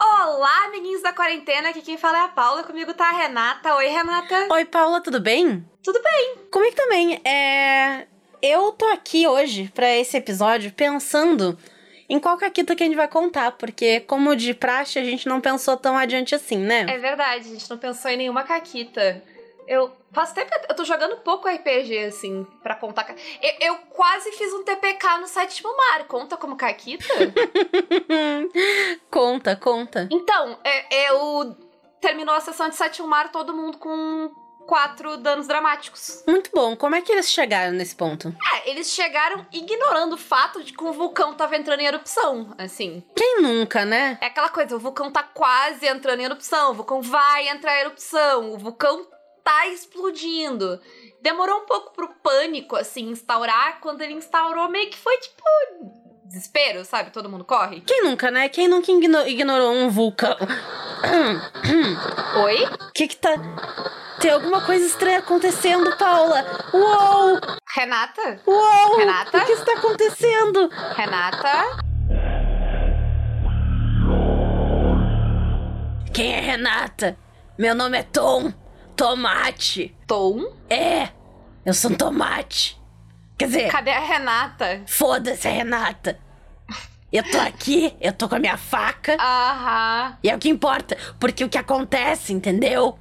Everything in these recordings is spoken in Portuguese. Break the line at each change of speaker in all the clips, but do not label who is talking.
Olá, amiguinhos da quarentena, aqui quem fala é a Paula, comigo tá a Renata. Oi, Renata.
Oi, Paula, tudo bem?
Tudo bem.
Comigo também. É... Eu tô aqui hoje, pra esse episódio, pensando em qual caquita que é a gente vai contar, porque, como de praxe, a gente não pensou tão adiante assim, né?
É verdade, a gente não pensou em nenhuma caquita. Eu faz tempo que eu tô jogando pouco RPG, assim, pra contar. ca- Eu, eu quase fiz um TPK no sétimo mar. Conta como caquita?
conta, conta.
então, é- eu. Terminou a sessão de sétimo mar todo mundo com quatro danos dramáticos.
Muito bom. Como é que eles chegaram nesse ponto?
É, eles chegaram ignorando o fato de que o vulcão tava entrando em erupção, assim.
Quem nunca, né?
É aquela coisa, o vulcão tá quase entrando em erupção, o vulcão vai entrar em erupção, o vulcão tá explodindo. Demorou um pouco pro pânico, assim, instaurar. Quando ele instaurou, meio que foi tipo. Desespero, sabe? Todo mundo corre.
Quem nunca, né? Quem nunca igno- ignorou um vulcão?
Oi?
O que que tá. Tem alguma coisa estranha acontecendo, Paula? Uou!
Renata?
Uou!
Renata?
O que está acontecendo?
Renata?
Quem é Renata? Meu nome é Tom. Tomate.
Tom?
É, eu sou um tomate. Quer dizer,
Cadê a Renata?
foda-se, Renata. Eu tô aqui, eu tô com a minha faca.
Aham.
E é o que importa, porque o que acontece, entendeu?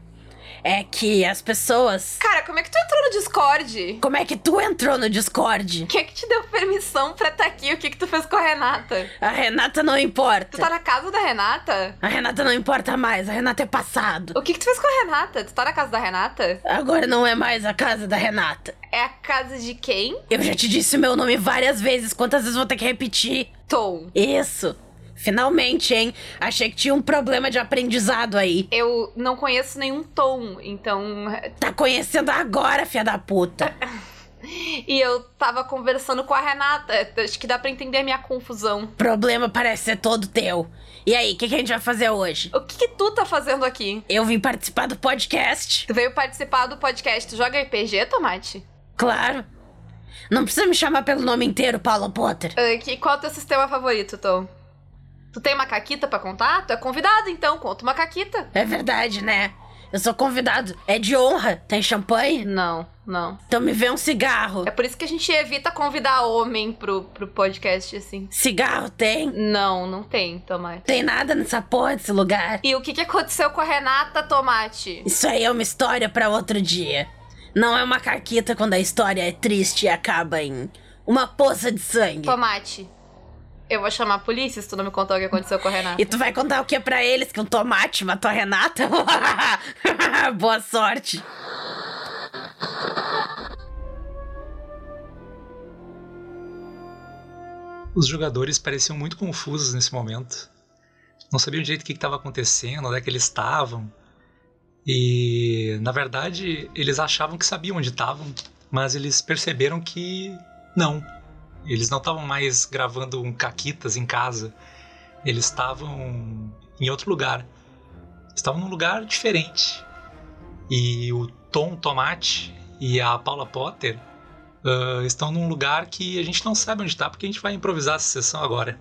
É que as pessoas.
Cara, como é que tu entrou no Discord?
Como é que tu entrou no Discord?
Quem é que te deu permissão pra estar aqui? O que que tu fez com a Renata?
A Renata não
Tu
importa.
tá na casa da Renata?
A Renata não importa mais, a Renata é passado.
O que que tu fez com a Renata? Tu tá na casa da Renata?
Agora não é mais a casa da Renata.
É a casa de quem?
Eu já te disse meu nome várias vezes, quantas vezes vou ter que repetir?
Tom.
Isso! Finalmente, hein? Achei que tinha um problema de aprendizado aí.
Eu não conheço nenhum Tom, então.
Tá conhecendo agora, filha da puta.
E eu tava conversando com a Renata. Acho que dá pra entender a minha confusão.
Problema parece ser todo teu. E aí, o que, que a gente vai fazer hoje?
O que que tu tá fazendo aqui?
Eu vim participar do podcast,
Tu veio participar do podcast Tu Joga RPG, Tomate?
claro. Não precisa me chamar pelo nome inteiro, Paula Potter.
Ah, que, qual é o teu sistema favorito, Tom? Tu tem uma caquita pra contar? Tu é convidado, então. Conta uma caquita.
É verdade, né? Eu sou convidado. É de honra. Tem champanhe?
Não, não.
Então me vê um cigarro.
É por isso que a gente evita convidar homem pro, pro podcast, assim.
Cigarro tem?
Não, não tem, Tomate.
Tem nada nessa porra desse lugar.
E o que, que aconteceu com a Renata, Tomate?
Isso aí é uma história pra outro dia. Não é uma caquita quando a história é triste e acaba em uma poça de sangue.
Tomate. Eu vou chamar a polícia se tu não me contar o que aconteceu com a Renata.
E tu vai contar o que pra eles? Que um tomate matou a Renata? Boa sorte.
Os jogadores pareciam muito confusos nesse momento. Não sabiam direito o que estava acontecendo, onde é que eles estavam. E, na verdade, eles achavam que sabiam onde estavam, mas eles perceberam que não. Eles não estavam mais gravando um caquitas em casa. Eles estavam em outro lugar. Estavam num lugar diferente. E o Tom Tomate e a Paula Potter Uh, estão num lugar que a gente não sabe onde tá, porque a gente vai improvisar essa sessão agora.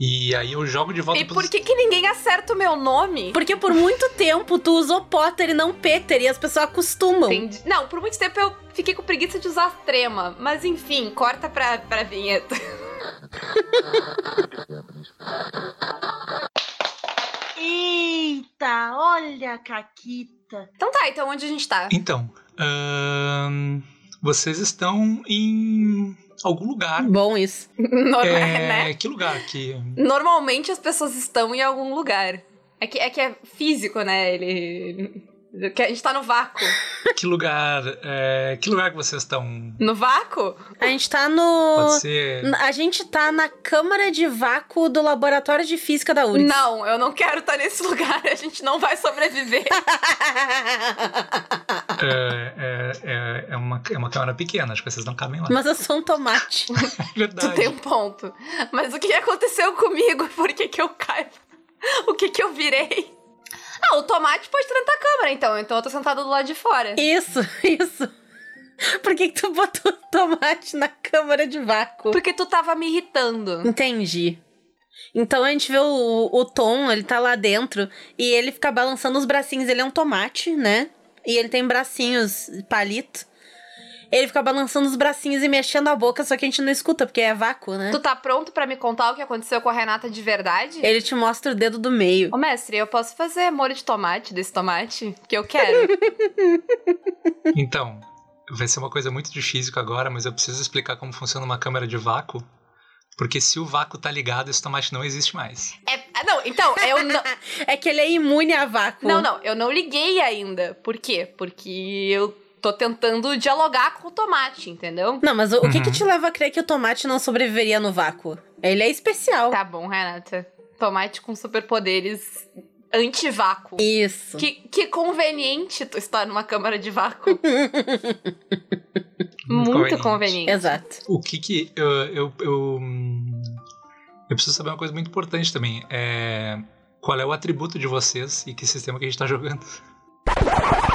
e aí eu jogo de volta
E por que, que ninguém acerta o meu nome?
Porque por muito tempo tu usou Potter e não Peter e as pessoas acostumam.
Entendi. Não, por muito tempo eu fiquei com preguiça de usar trema. Mas enfim, corta pra, pra vinheta.
Eita, olha a Caquita.
Então tá, então onde a gente tá?
Então, ahn, vocês estão em algum lugar.
Tá Bom isso.
Normal,
É,
né?
Que lugar que.
Normalmente as pessoas estão em algum lugar. É que é, que é físico, né? Ele. que A gente tá no vácuo.
Que lugar. é, que lugar que vocês estão?
No vácuo?
A gente tá no...
Hum.
Pode ser.
A gente tá na câmara de vácuo do laboratório de física da URGS.
Não, eu não quero estar nesse lugar. A gente não vai sobreviver.
É, é- é- é uma, é uma câmara pequena, acho que vocês não cabem lá.
Mas eu sou um tomate.
É
Tu
verdade.
tem um ponto. Mas o que aconteceu comigo? Por que, que eu caio? O que, que eu virei? Ah, o tomate pode estar na câmera, então. Então eu tô sentada do lado de fora.
Isso, isso. Por que, que tu botou tomate na câmara de vácuo?
Porque tu tava me irritando.
Entendi. Então a gente vê o, o Tom, ele tá lá dentro e ele fica balançando os bracinhos. Ele é um tomate, né? E ele tem bracinhos, palito. Ele fica balançando os bracinhos e mexendo a boca, só que a gente não escuta, porque é vácuo, né?
Tu tá pronto pra me contar o que aconteceu com a Renata de verdade?
Ele te mostra o dedo do meio.
Ô, mestre, eu posso fazer molho de tomate desse tomate? Que eu quero.
Então, vai ser uma coisa muito de físico agora, mas eu preciso explicar como funciona uma câmera de vácuo. Porque se o vácuo tá ligado, esse tomate não existe mais.
É- ah, não, então, eu não.
É que ele é imune a vácuo.
Não, não, eu não liguei ainda. Por quê? Porque eu tô tentando dialogar com o tomate, entendeu?
Não, mas o, o que que
Uhum.
te leva a crer que o tomate não sobreviveria no vácuo? Ele é especial.
Tá bom, Renata. Tomate com superpoderes anti-vácuo.
Isso.
Que, que conveniente tu estar numa câmara de vácuo. Muito conveniente.
Exato.
O que que. Eu, eu, eu, hum, eu preciso saber uma coisa muito importante também. É, qual é o atributo de vocês e que sistema que a gente tá jogando?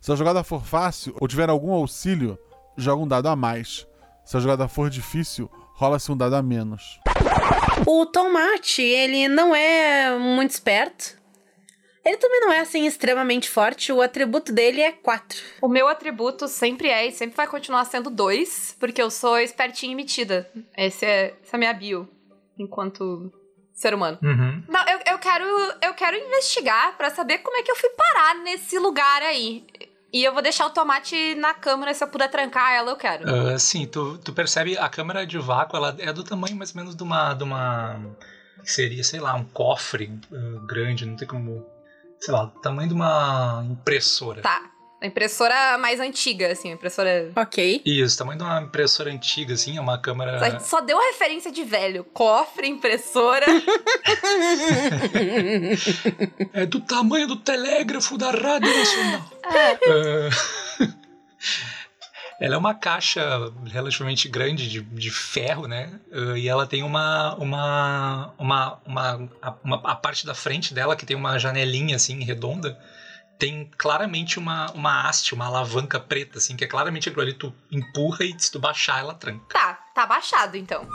Se a jogada for fácil ou tiver algum auxílio, joga um dado a mais. Se a jogada for difícil, rola-se um dado a menos.
O tomate, ele não é muito esperto. Ele também não é assim extremamente forte. O atributo dele é 4.
O meu atributo sempre é e sempre vai continuar sendo dois, porque eu sou espertinha e metida. Esse é, essa é a minha bio, enquanto ser humano.
Uhum.
Não, eu, eu quero, eu quero investigar pra saber como é que eu fui parar nesse lugar aí. E eu vou deixar o tomate na câmera, se eu puder trancar ela, eu quero.
Ah, sim, tu, tu percebe a câmera de vácuo, ela é do tamanho mais ou menos de uma. De uma que seria, sei lá, um cofre ah, grande, não tem como. Sei lá, do tamanho de uma impressora.
Tá. A impressora mais antiga, assim, a impressora.
Ok.
Isso, tamanho de uma impressora antiga, assim, é uma câmera.
Só- Só deu referência de velho. Cofre, impressora.
É do tamanho do telégrafo da Rádio Nacional. Ah. ela é uma caixa relativamente grande de, de ferro, né? Ah, e ela tem uma, uma, uma, uma, a, uma- a parte da frente dela, que tem uma janelinha assim, redonda, tem claramente uma, uma haste, uma alavanca preta, assim, que é claramente aquilo ali, tu empurra e se tu baixar, ela tranca.
Tá, tá baixado então.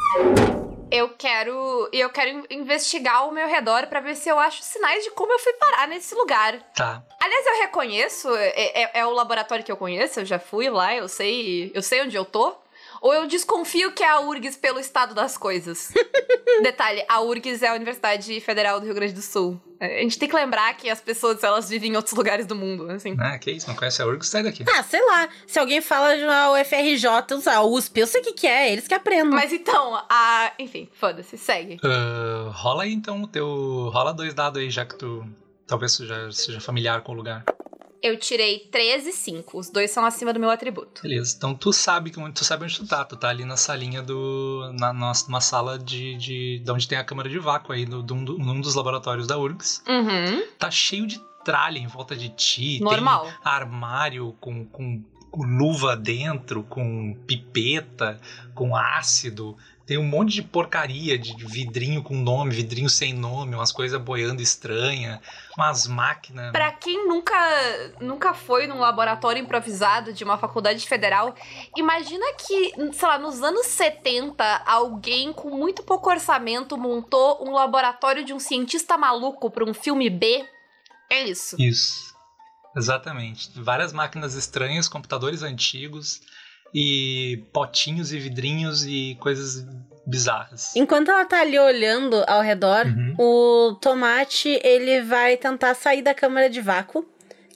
Eu quero. E eu quero in- investigar ao meu redor pra ver se eu acho sinais de como eu fui parar nesse lugar.
Tá.
Aliás, eu reconheço, é, é- é o laboratório que eu conheço, eu já fui lá, eu sei. Eu sei onde eu tô. Ou eu desconfio que é a URGS pelo estado das coisas. Detalhe, a URGS é a Universidade Federal do Rio Grande do Sul. É, A gente tem que lembrar que as pessoas, elas vivem em outros lugares do mundo, assim.
Ah, que isso, não conhece a URGS? Sai daqui.
Ah, sei lá. Se alguém fala de uma UFRJ, a USP, eu sei o que, que é, eles que aprendem.
Mas então, a... Enfim, foda-se, segue.
Ah, rola aí então o teu. Rola dois dados aí, já que tu. Talvez tu já seja familiar com o lugar.
Eu tirei 13 e 5. Os dois são acima do meu atributo.
Beleza. Então tu sabe que onde tu sabe onde tu tá. Tu tá ali na salinha do. na nossa, numa sala de, de. de onde tem a câmara de vácuo aí, no, num, do- num dos laboratórios da URGS.
Uhum.
Tá cheio de tralha em volta de ti. tem
Normal.
armário com, com, com luva dentro, com pipeta, com ácido. Tem um monte de porcaria de de vidrinho com nome, vidrinho sem nome, umas coisas boiando estranha, umas máquinas.
Pra quem nunca, nunca foi num laboratório improvisado de uma faculdade federal, imagina que, sei lá, nos anos 70, alguém com muito pouco orçamento montou um laboratório de um cientista maluco pra um filme B. É isso.
Isso. Exatamente. Várias máquinas estranhas, computadores antigos e potinhos e vidrinhos e coisas bizarras.
Enquanto ela tá ali olhando ao redor,
Uhum.
o tomate, ele vai tentar sair da câmera de vácuo,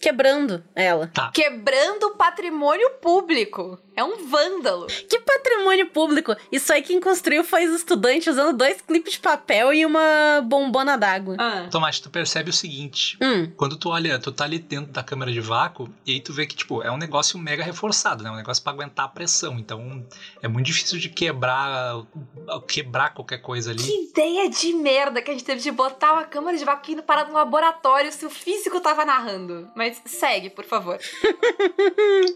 quebrando ela.
Tá.
Quebrando o patrimônio público. É um vândalo.
Que patrimônio público! Isso aí quem construiu foi os estudantes usando dois clipes de papel e uma bombona d'água.
Ah.
Tomate, tu percebe o seguinte.
Hum,
Quando tu olha, tu tá ali dentro da câmera de vácuo e aí tu vê que, tipo, é um negócio mega reforçado, né? Um negócio pra aguentar a pressão. Então, é muito difícil de quebrar quebrar qualquer coisa ali.
Que ideia de merda que a gente teve de botar uma câmera de vácuo e indo parar no laboratório se o físico tava narrando. Mas segue, por favor.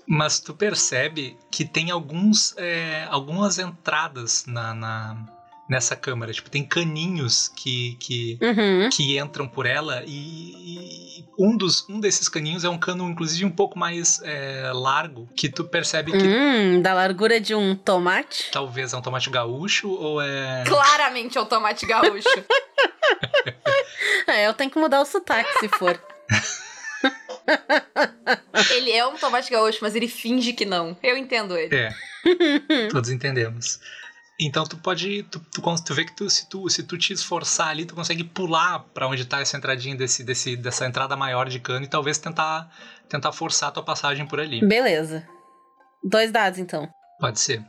Mas tu percebe que tem alguns, é, algumas entradas na, na- nessa câmera. Tipo, tem caninhos que, que,
uhum.
que entram por ela e, e um, dos, um desses caninhos é um cano, inclusive, um pouco mais é, largo, que tu percebe que
Hum, da largura de um tomate.
talvez é um tomate gaúcho ou é...
Claramente é o tomate gaúcho.
É, eu tenho que mudar o sotaque se for.
ele é um tomate gaúcho, mas ele finge que não. Eu entendo ele.
É. Todos entendemos. Então tu pode. Tu, tu, cons- tu vê que tu, se, tu, se tu te esforçar ali, tu consegue pular pra onde tá essa entradinha desse, desse, dessa entrada maior de cano e talvez tentar, tentar forçar a tua passagem por ali.
Beleza. Dois dados, então.
Pode ser.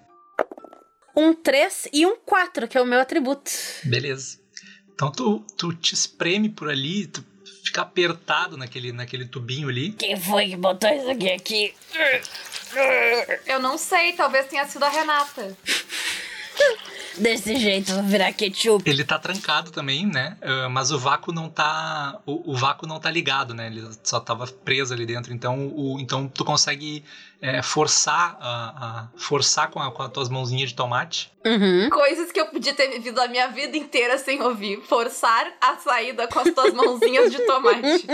Um 3 e um 4, que é o meu atributo.
Beleza. Então tu, tu te espreme por ali, tu fica apertado naquele, naquele tubinho ali.
Quem foi que botou isso aqui? aqui?
Eu não sei, talvez tenha sido a Renata.
Desse jeito, vou virar ketchup.
Ele tá trancado também, né? Ah, mas o vácuo não tá. O, o vácuo não tá ligado, né? Ele só tava preso ali dentro. Então, o, então tu consegue é, forçar a, a- forçar com, a, com as tuas mãozinhas de tomate.
Uhum.
Coisas que eu podia ter vivido a minha vida inteira sem ouvir. Forçar a saída com as tuas mãozinhas de tomate.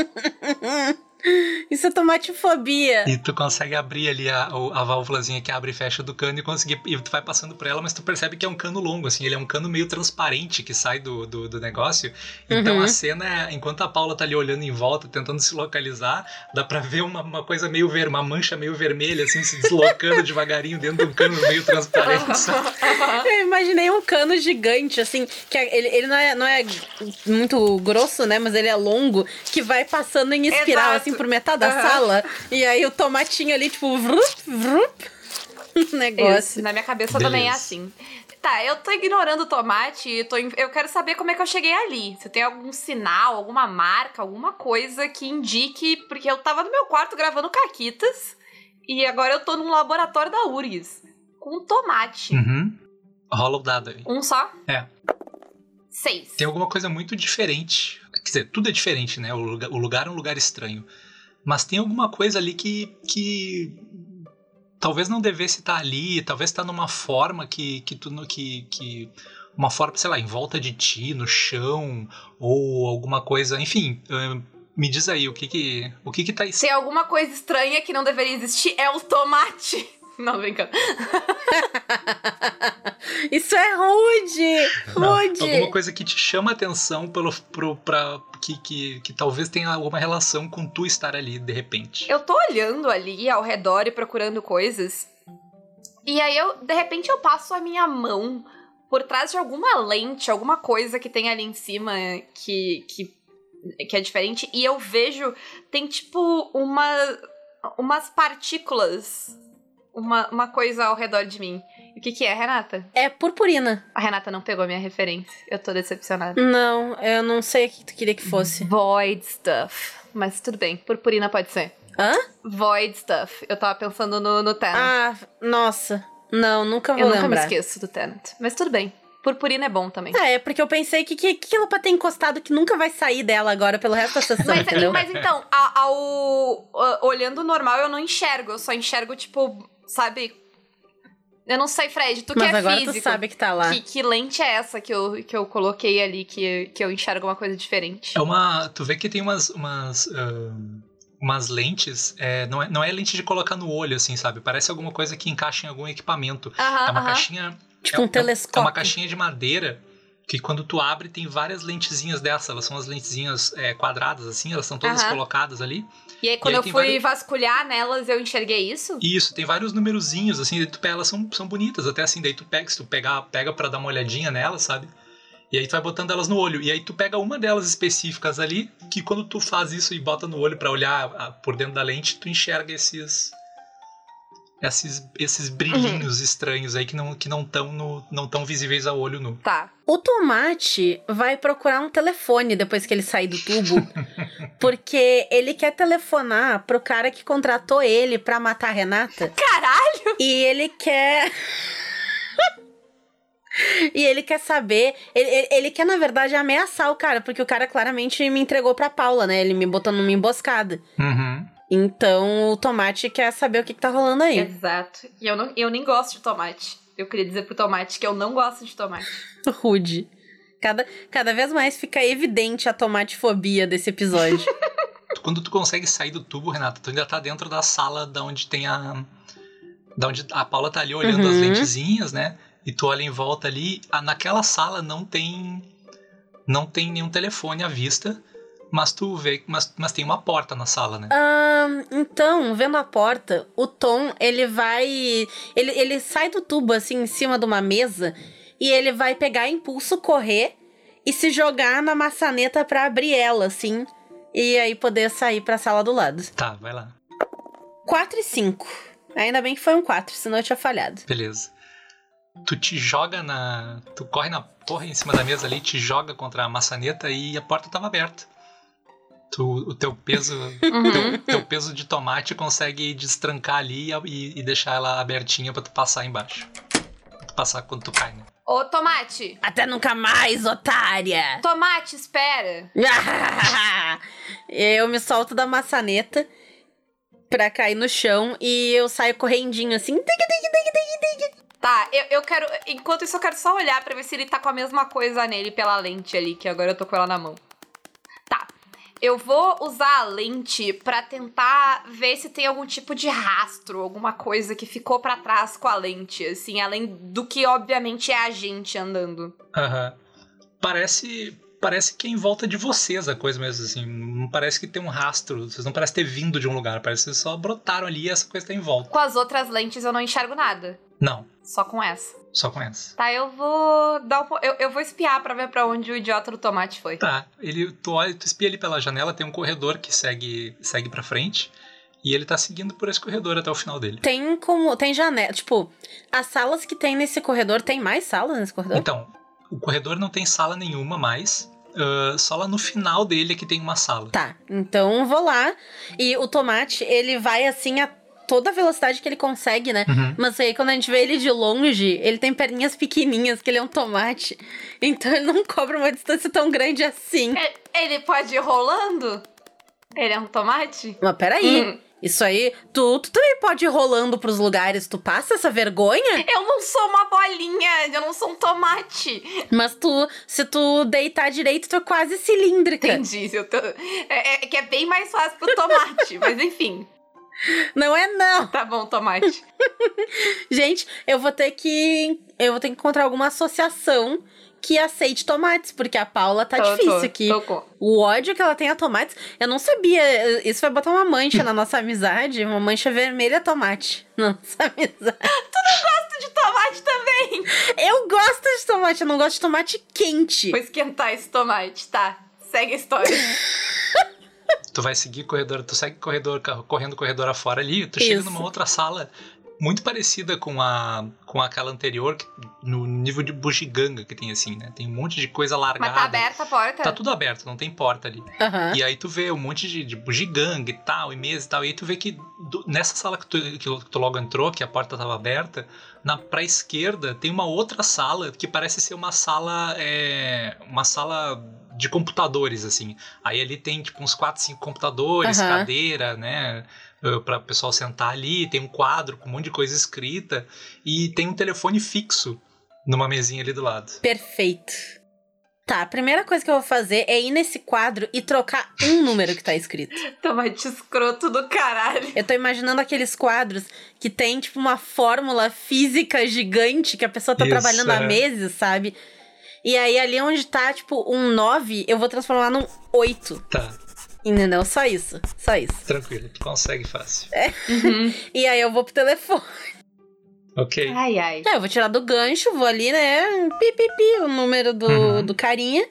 Isso é tomatifobia.
E tu consegue abrir ali a, o- a válvulazinha que abre e fecha do cano e conseguir. E tu vai passando por ela, mas tu percebe que é um cano longo, assim, ele é um cano meio transparente que sai do, do, do negócio. Então
Uhum.
a cena é, enquanto a Paula tá ali olhando em volta, tentando se localizar, dá pra ver uma, uma coisa meio ver, uma mancha meio vermelha, assim, se deslocando devagarinho dentro de um cano meio transparente. sabe?
Eu imaginei um cano gigante, assim, que é- ele, ele não, é, não é muito grosso, né? Mas ele é longo, que vai passando em espiral,
Exato.
assim, por metade da
Aham.
sala. E aí o tomatinho ali, tipo, vrup, vrup. um
Isso,
Negócio.
na minha cabeça também é
Beleza.
assim. Tá, eu tô ignorando o tomate, eu, tô, eu quero saber como é que eu cheguei ali. Se tem algum sinal, alguma marca, alguma coisa que indique. Porque eu tava no meu quarto gravando Caquitas e agora eu tô num laboratório da URGS com tomate.
Uhum. Rola o dado aí.
Um só?
É.
Seis.
Tem alguma coisa muito diferente. Quer dizer, tudo é diferente, né? O lugar, o lugar é um lugar estranho. Mas tem alguma coisa ali que. que talvez não devesse estar ali, talvez tá numa forma que, que tu. não- Que, que, uma forma, sei lá, em volta de ti, no chão, ou alguma coisa. Enfim, ahn, me diz aí o que que. O que que tá
Se é alguma coisa estranha que não deveria existir, é o tomate. Não, brincando.
Isso é rude!
Não,
Rude!
Alguma coisa que te chama a atenção pelo, pro, pra, que, que, que talvez tenha alguma relação com tu estar ali de repente.
Eu tô olhando ali ao redor e procurando coisas. E aí eu, de repente, eu passo a minha mão por trás de alguma lente, alguma coisa que tem ali em cima que, que, que é diferente. E eu vejo, tem tipo uma, umas partículas, uma, uma coisa ao redor de mim. E O que que é, Renata?
É purpurina.
A Renata não pegou a minha referência. Eu tô decepcionada.
Não, eu não sei o que tu queria que
Hum.
fosse.
Void stuff. Mas tudo bem, purpurina pode ser.
Hã?
Void stuff. Eu tava pensando no, no Tenant.
Ah, nossa. Não, nunca vou
Eu nunca me
lembrar.
esqueço do Tenant. Mas tudo bem. Purpurina é bom também.
Ah, é porque eu pensei que, que, que ela pode ter encostado que nunca vai sair dela agora pelo resto da sessão,
Mas,
entendeu?
mas então, a- ao, a- olhando normal, eu não enxergo. Eu só enxergo, tipo, sabe? Eu não sei, Fred. Tu
Mas
que é
agora
físico.
tu sabe que tá lá.
Que, que lente é essa que eu, que eu coloquei ali que, que eu enxergo uma coisa diferente?
É uma. Tu vê que tem umas. umas ahn, umas lentes. é, não, é, não é lente de colocar no olho, assim, sabe? Parece alguma coisa que encaixa em algum equipamento.
Aham,
é uma
aham.
caixinha.
Tipo
é-
um
é,
telescópio.
É uma caixinha de madeira que quando tu abre tem várias lentezinhas dessa. Elas são as lentezinhas é, quadradas, assim, elas são todas
Aham.
colocadas ali.
E aí, quando
aí
eu fui
tem vários-
vasculhar nelas, eu enxerguei isso?
Isso, tem vários numerozinhos, assim, daí tu pega, elas são, são bonitas, até assim, daí tu pega, se tu pegar, pega pra dar uma olhadinha nelas, sabe? E aí tu vai botando elas no olho. E aí tu pega uma delas específicas ali, que quando tu faz isso e bota no olho pra olhar ah, por dentro da lente, tu enxerga esses esses, esses brilhinhos estranhos aí que não que não tão no, não tão visíveis ao olho nu.
Tá.
O tomate vai procurar um telefone depois que ele sair do tubo, porque ele quer telefonar pro cara que contratou ele pra matar a Renata.
Caralho!
E ele quer. e ele quer saber. Ele, ele- ele quer, na verdade, ameaçar o cara, porque o cara claramente me entregou pra Paula, né? Ele me botou numa emboscada.
Uhum.
Então o tomate quer saber o que, que tá rolando
É.
aí.
Exato. E eu, não, eu nem gosto de tomate. Eu queria dizer pro tomate que eu não gosto de tomate.
Rude. Cada, cada vez mais fica evidente a tomatefobia desse episódio.
Tu- Quando tu consegue sair do tubo, Renata, tu ainda tá dentro da sala da onde tem a. Da onde a Paula tá ali olhando as
Uhum.
lentezinhas, né? E tu olha em volta ali, ah, naquela sala não tem. Não tem nenhum telefone à vista, mas tu vê. Mas, mas tem uma porta na sala, né?
Ahn, então, vendo a porta, o Tom, ele vai. Ele, ele sai do tubo, assim, em cima de uma mesa. E ele vai pegar impulso, correr e se jogar na maçaneta pra abrir ela, assim. E aí poder sair pra sala do lado.
Tá, vai lá.
4 e 5. Ainda bem que foi um 4, senão eu tinha falhado.
Beleza. Tu te joga na. Tu corre na porra em cima da mesa ali, te joga contra a maçaneta e a porta tava aberta. Tu, o teu peso.
Uhum.
teu peso de tomate consegue destrancar ali e, e deixar ela abertinha pra tu passar embaixo. Tu passar quando tu cai, né?
Ô, tomate!
Até nunca mais, otária!
Tomate, espera!
eu me solto da maçaneta pra cair no chão e eu saio correndinho assim.
Tá, eu, eu quero. Enquanto isso, eu quero só olhar pra ver se ele tá com a mesma coisa nele pela lente ali, que agora eu tô com ela na mão. Tá. Eu vou usar a lente pra tentar ver se tem algum tipo de rastro, alguma coisa que ficou pra trás com a lente, assim, além do que obviamente é a gente andando.
Aham. Parece. Parece que é em volta de vocês a coisa mesmo, assim. Não parece que tem um rastro. Vocês não parecem ter vindo de um lugar. Parece que vocês só brotaram ali e essa coisa tá em volta.
Com as outras lentes eu não enxergo nada,
Não,
só com essa.
só com essa.
Tá, eu vou dar um po- eu, eu vou espiar pra ver pra onde o idiota do tomate foi.
Tá, ele, tu olha, tu espia ali pela janela, tem um corredor que segue, segue pra frente, e ele tá seguindo por esse corredor até o final dele.
Tem como. Tem janela. Tipo, as salas que tem nesse corredor, tem mais salas nesse
Né?
corredor?
Então, o corredor não tem sala nenhuma mais, ah, só lá no final dele é que tem uma sala.
Tá, então vou lá. E o tomate, ele vai assim a toda a velocidade que ele consegue, né?
Uhum.
Mas aí quando a gente vê ele de longe, ele tem perninhas pequenininhas, que ele é um tomate. Então ele não cobra uma distância tão grande assim.
Ele pode ir rolando? Ele é um tomate?
Mas peraí,
Hum,
isso aí, tu, tu também pode ir rolando pros lugares, tu passa essa vergonha?
eu não sou uma bolinha, eu não sou um tomate.
Mas tu, se tu deitar direito, tu é quase cilíndrica.
Entendi, eu tô... é, é que é bem mais fácil pro tomate, mas enfim.
Não é não.
Tá bom, tomate.
Gente, eu vou ter que. Eu vou ter que encontrar alguma associação que aceite tomates, porque a Paula tá
Tô-
difícil
tô-
aqui.
tô com-
O ódio que ela tem a tomates, eu não sabia. Isso vai botar uma mancha na nossa amizade, uma mancha vermelha a tomate. na Nossa amizade.
De tomate também.
Eu gosto de tomate, eu não gosto de tomate quente.
Vou esquentar esse tomate, tá. Segue a história.
Tu vai seguir corredor, tu segue corredor, carro- correndo corredor afora ali, tu chega
Isso.
numa outra sala muito parecida com a com aquela anterior, que- no nível de bugiganga que tem assim, né? Tem um monte de coisa largada.
Mas tá aberta a porta?
Tá tudo aberto, não tem porta ali.
Aham.
E aí tu vê um monte de, de bugiganga e tal, e mesa e tal. E aí tu vê que do- nessa sala que tu, que tu logo entrou, que a porta tava aberta, na, pra esquerda tem uma outra sala que parece ser uma sala. é, uma sala de computadores, assim. Aí ali tem tipo uns 4, 5 computadores,
Aham.
cadeira, né? eh, Pra o pessoal sentar ali, tem um quadro com um monte de coisa escrita e tem um telefone fixo numa mesinha ali do lado.
Perfeito. Tá, a primeira coisa que eu vou fazer é ir nesse quadro e trocar um número que tá escrito.
Tomate escroto do caralho.
Eu tô imaginando aqueles quadros que tem, tipo, uma fórmula física gigante que a pessoa tá
Isso,
trabalhando há
é.
meses, sabe? E aí, ali onde tá, tipo, um 9, eu vou transformar num 8.
Tá,
Entendeu? Só isso. Só isso.
tranquilo, tu consegue fácil. Uhum.
E aí eu vou pro telefone.
Ok.
Ai, ai.
Não, eu vou tirar do gancho, vou ali, né? Pi, pi, pi, o número do,
Uhum.
do carinha.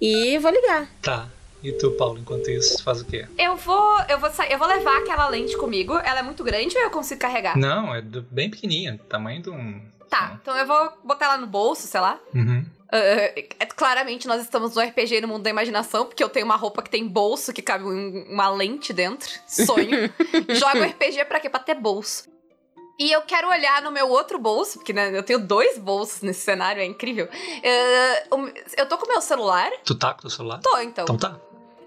E vou ligar.
Tá. E tu, Paulo, enquanto isso, faz o quê?
Eu vou, eu vou sair, eu vou levar aquela lente comigo. Ela é muito grande ou eu consigo carregar?
Não, é do- bem pequenininha, tamanho de um.
Tá, então eu vou botar ela no bolso, sei lá.
Uhum.
É, é, claramente nós estamos no RPG no mundo da imaginação, porque eu tenho uma roupa que tem bolso que cabe um- uma lente dentro. Sonho. Jogo RPG pra quê? Pra ter bolso. E eu quero olhar no meu outro bolso, porque né, eu tenho dois bolsos nesse cenário, é incrível. É, o- eu tô com o meu celular?
Tu tá com o teu celular?
Tô, então.
Então tá.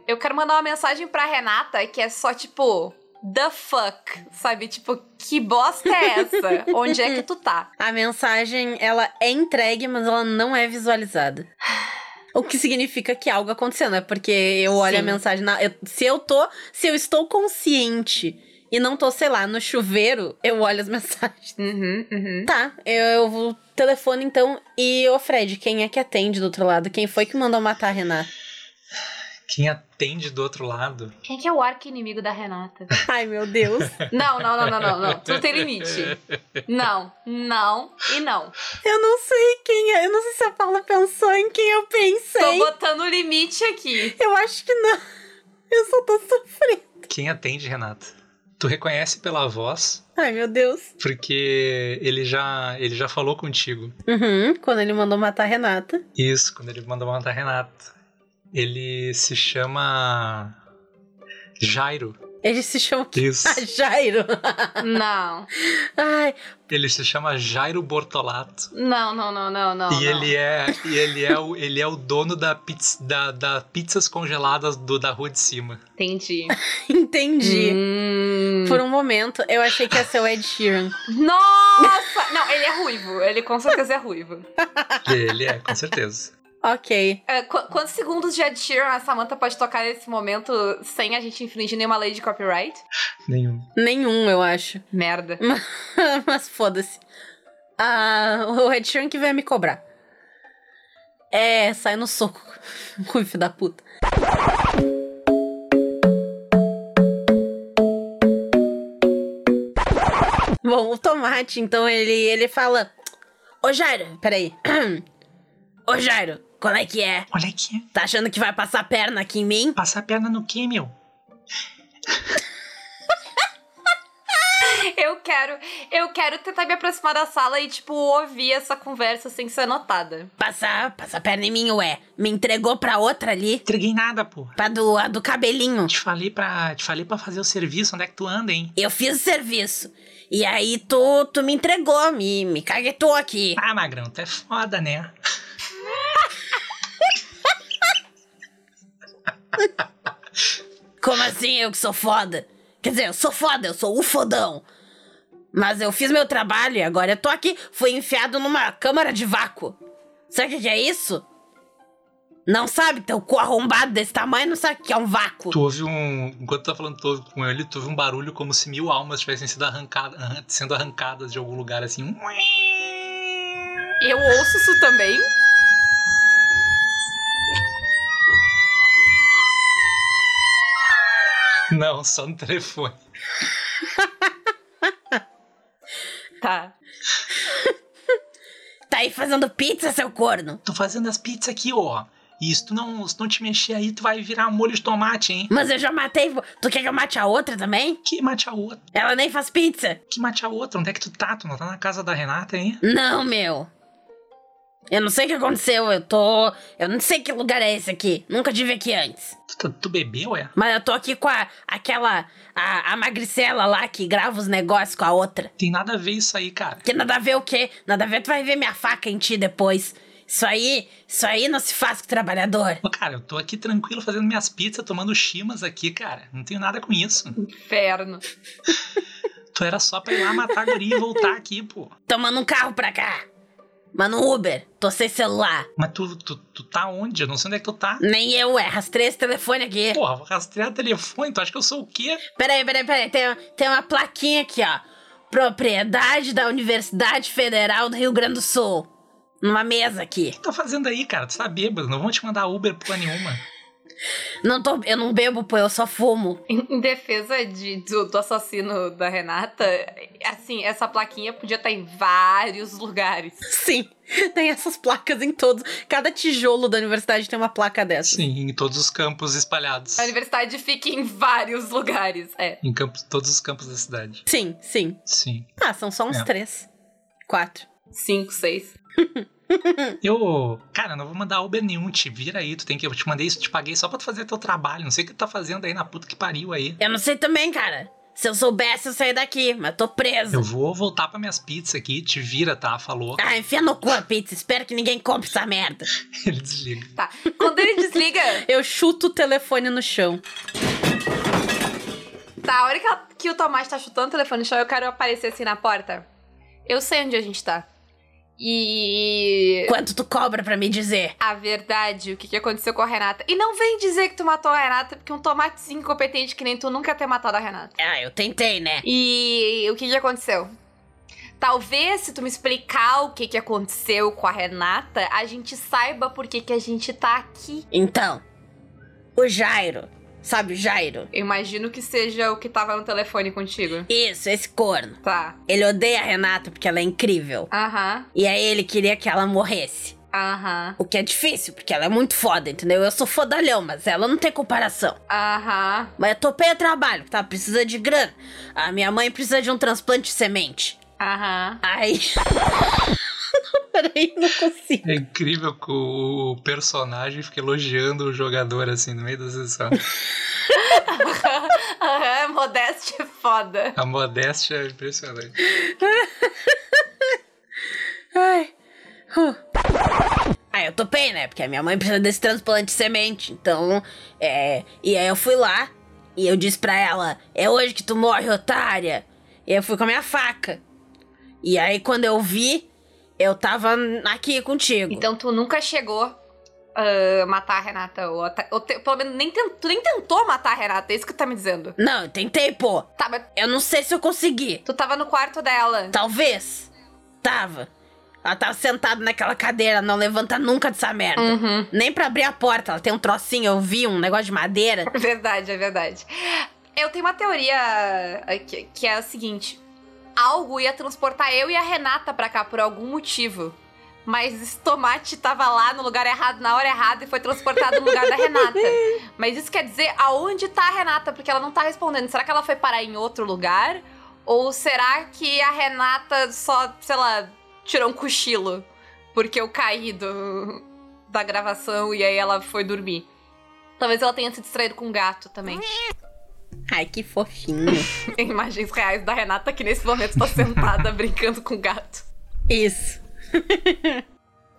Eu quero mandar uma mensagem pra Renata que é só tipo. The fuck, sabe? Tipo, que bosta é essa? Onde é que tu tá?
A mensagem, ela é entregue, mas ela não é visualizada. O que significa que algo aconteceu, né? Porque eu olho a
Sim.
mensagem. na- eu- se eu tô. Se eu estou consciente e não tô, sei lá, no chuveiro, eu olho as mensagens.
Uhum, uhum.
Tá, eu, eu vou. Telefone então. E, ô Fred, quem é que atende do outro lado? Quem foi que mandou matar a Renata?
Quem atende do outro lado.
Quem que é o arco inimigo da Renata?
Ai, meu Deus.
Não, não, não, não, não, não. Tu tem limite. Não, não e não.
Eu não sei quem é. Eu não sei se a Paula pensou em quem eu
Tô
pensei.
botando limite aqui.
Eu acho que não. Eu só tô sofrendo.
Quem atende, Renata? Tu reconhece pela voz,
Ai, meu Deus.
porque ele já, ele já falou contigo.
Uhum, quando ele mandou matar a Renata.
Isso, quando ele mandou matar Renato. Ele se chama. Jairo.
Ele se chama
Isso.
Ah, Jairo.
Não,
Ai,
Ele se chama Jairo Bortolato.
não, não, não, não, não.
e ele é, e ele é o, ele é o dono da pizza, da, da pizzas congeladas do, da rua de cima.
não. Entendi.
entendi.
Hum.
Por um momento, eu achei que ia ser o Ed Sheeran.
Nossa! Não, ele é ruivo. Ele com certeza é ruivo.
Ele é, com certeza.
Ok.
É, qu- quantos segundos de Ed Sheeran a Samantha pode tocar nesse momento sem a gente infringir nenhuma lei de copyright?
Nenhum.
Nenhum, eu acho.
Merda.
Mas foda-se. Ah, o Ed Sheeran que veio me cobrar. É, sai no soco. Ruim, filho da puta. Bom, o Tomate, então, ele, ele fala... Ô, Jairo, peraí. Ô, Jairo, qual é que é?
Olha aqui.
Tá achando que vai passar a perna aqui em mim?
Passar a perna no que, meu?
Eu quero, eu quero tentar me aproximar da sala e, tipo, ouvir essa conversa sem ser notada.
Passar, passar a perna em mim, ué. Me entregou pra outra ali,
Entreguei nada, pô.
pra do, a do cabelinho.
Te falei pra, te falei pra fazer o serviço, onde é que tu anda, hein?
Eu fiz o serviço. E aí tu, tu me entregou, me, me caguetou aqui.
Ah, magrão, tu é foda, né?
Como assim eu que sou foda? Quer dizer, eu sou foda, eu sou o fodão. Mas eu fiz meu trabalho e agora eu tô aqui. Fui enfiado numa câmara de vácuo. Sabe o que que é isso? Não sabe, teu cu arrombado desse tamanho não sabe o que é um vácuo.
Tu ouve um. Enquanto tu tá falando tu ouve com ele, tu ouve um barulho como se mil almas tivessem sido arrancadas, arran- sendo arrancadas de algum lugar assim. um
Eu ouço isso também.
Não, só no telefone.
Tá.
Tá aí fazendo pizza, seu corno.
Tô fazendo as pizzas aqui, ó. E se tu não, se tu não te mexer aí, tu vai virar molho de tomate, hein?
Mas eu já matei. vo- Tu quer que eu mate a outra também?
Que mate a outra?
Ela nem faz pizza.
Que mate a outra? Onde é que tu tá? Tu não tá na casa da Renata, hein?
Não, meu. Eu não sei o que aconteceu, eu tô. Eu não sei que lugar é esse aqui. Nunca tive aqui antes.
Tu, tá- tu bebeu, é?
Mas eu tô aqui com a. aquela. a, a magricela lá que grava os negócios com a outra.
Tem nada a ver isso aí, cara.
Que nada a ver o quê? Nada a ver, tu vai ver minha faca em ti depois. Isso aí. Isso aí não se faz com o trabalhador.
Ô, Cara, eu tô aqui tranquilo fazendo minhas pizzas, tomando chimas aqui, cara. Não tenho nada com isso.
Inferno.
Tu era só pra ir lá matar a guria e voltar aqui, pô.
Tomando um carro pra cá. Mas no Uber, tô sem celular.
Mas tu, tu, tu tá onde? Eu não sei onde é que tu tá.
Nem eu, é. Rastrei esse telefone aqui.
Porra, vou rastrear telefone, tu acha que eu sou o quê?
Peraí, peraí, peraí. Tem, tem uma plaquinha aqui, ó. Propriedade da Universidade Federal do Rio Grande do Sul. Numa mesa aqui.
O que tu tá fazendo aí, cara? Tu tá bêbado, não vão te mandar Uber porra nenhuma.
Não tô, eu não bebo, pô, eu só fumo.
Em em defesa de- do, do assassino da Renata, assim, essa plaquinha podia estar em vários lugares.
Sim, tem essas placas em todos. Cada tijolo da universidade tem uma placa dessa.
Sim, em todos os campos espalhados.
A universidade fica em vários lugares. É.
Em campos, todos os campos da cidade.
Sim, sim.
Sim.
Ah, são só uns
É.
três. Quatro.
Cinco, seis.
Eu, cara, não vou mandar Uber nenhum, te vira aí, tu tem que, eu te mandei isso, te paguei só pra tu fazer teu trabalho, não sei o que tu tá fazendo aí na puta que pariu aí.
Eu não sei também, cara. Se eu soubesse, eu saía daqui, mas tô preso.
Eu vou voltar pra minhas pizzas aqui, te vira, tá? Falou.
Ah, enfia no cu a pizza. Espero que ninguém compre essa merda.
Ele desliga.
Tá. Quando ele desliga,
Eu chuto o telefone no chão.
tá, a hora que, ela- que o Tomás tá chutando o telefone no chão, eu quero aparecer assim na porta. Eu sei onde a gente tá. E.
Quanto tu cobra pra me dizer?
A verdade, o que, que aconteceu com a Renata. E não vem dizer que tu matou a Renata, porque um tomate incompetente que nem tu nunca ter matado a Renata.
Ah, eu tentei, né?
E o que, que aconteceu? Talvez, se tu me explicar o que, que aconteceu com a Renata, a gente saiba por que, que a gente tá aqui.
Então, o Jairo. Sabe o Jairo?
Eu imagino que seja o que tava no telefone contigo.
Isso, esse corno.
Tá.
Ele odeia a Renata porque ela é incrível.
Aham,
E aí ele queria que ela morresse.
aham,
O que é difícil, porque ela é muito foda, entendeu? Eu sou fodalhão, mas ela não tem comparação.
aham,
Mas eu topei o trabalho, tá? Precisa de grana. A minha mãe precisa de um transplante de semente.
aham.
Aí. Peraí, não consigo.
É incrível que o personagem fica elogiando o jogador assim no meio da sessão.
Aham, modéstia é foda.
A modéstia é impressionante.
Ai. Uh. Aí eu topei, né? Porque a minha mãe precisa desse transplante de semente. Então, é. E aí eu fui lá e eu disse pra ela: É hoje que tu morre, otária. E eu fui com a minha faca. E aí quando eu vi, eu tava aqui contigo.
Então tu nunca chegou a matar a Renata, ou, até- ou te- pelo menos nem ten- tu nem tentou matar a Renata, é isso que tu tá me dizendo.
Não, eu tentei, pô.
Tá, mas
Eu não sei se eu consegui.
tu tava no quarto dela.
Talvez. Tava. Ela tava sentada naquela cadeira, não levanta nunca dessa merda.
Uhum.
Nem pra abrir a porta, ela tem um trocinho, eu vi um negócio de madeira.
Verdade, é verdade. Eu tenho uma teoria eh, que, que é a seguinte: algo ia transportar eu e a Renata pra cá por algum motivo. Mas esse tomate tava lá no lugar errado, na hora errada, e foi transportado no lugar da Renata. Mas isso quer dizer aonde tá a Renata, porque ela não tá respondendo. Será que ela foi parar em outro lugar? Ou será que a Renata só, sei lá, tirou um cochilo? Porque eu caí do, da gravação e aí ela foi dormir. Talvez ela tenha se distraído com um gato também.
Ai, que fofinho.
Tem imagens reais da Renata que nesse momento tá sentada brincando com o gato.
Isso.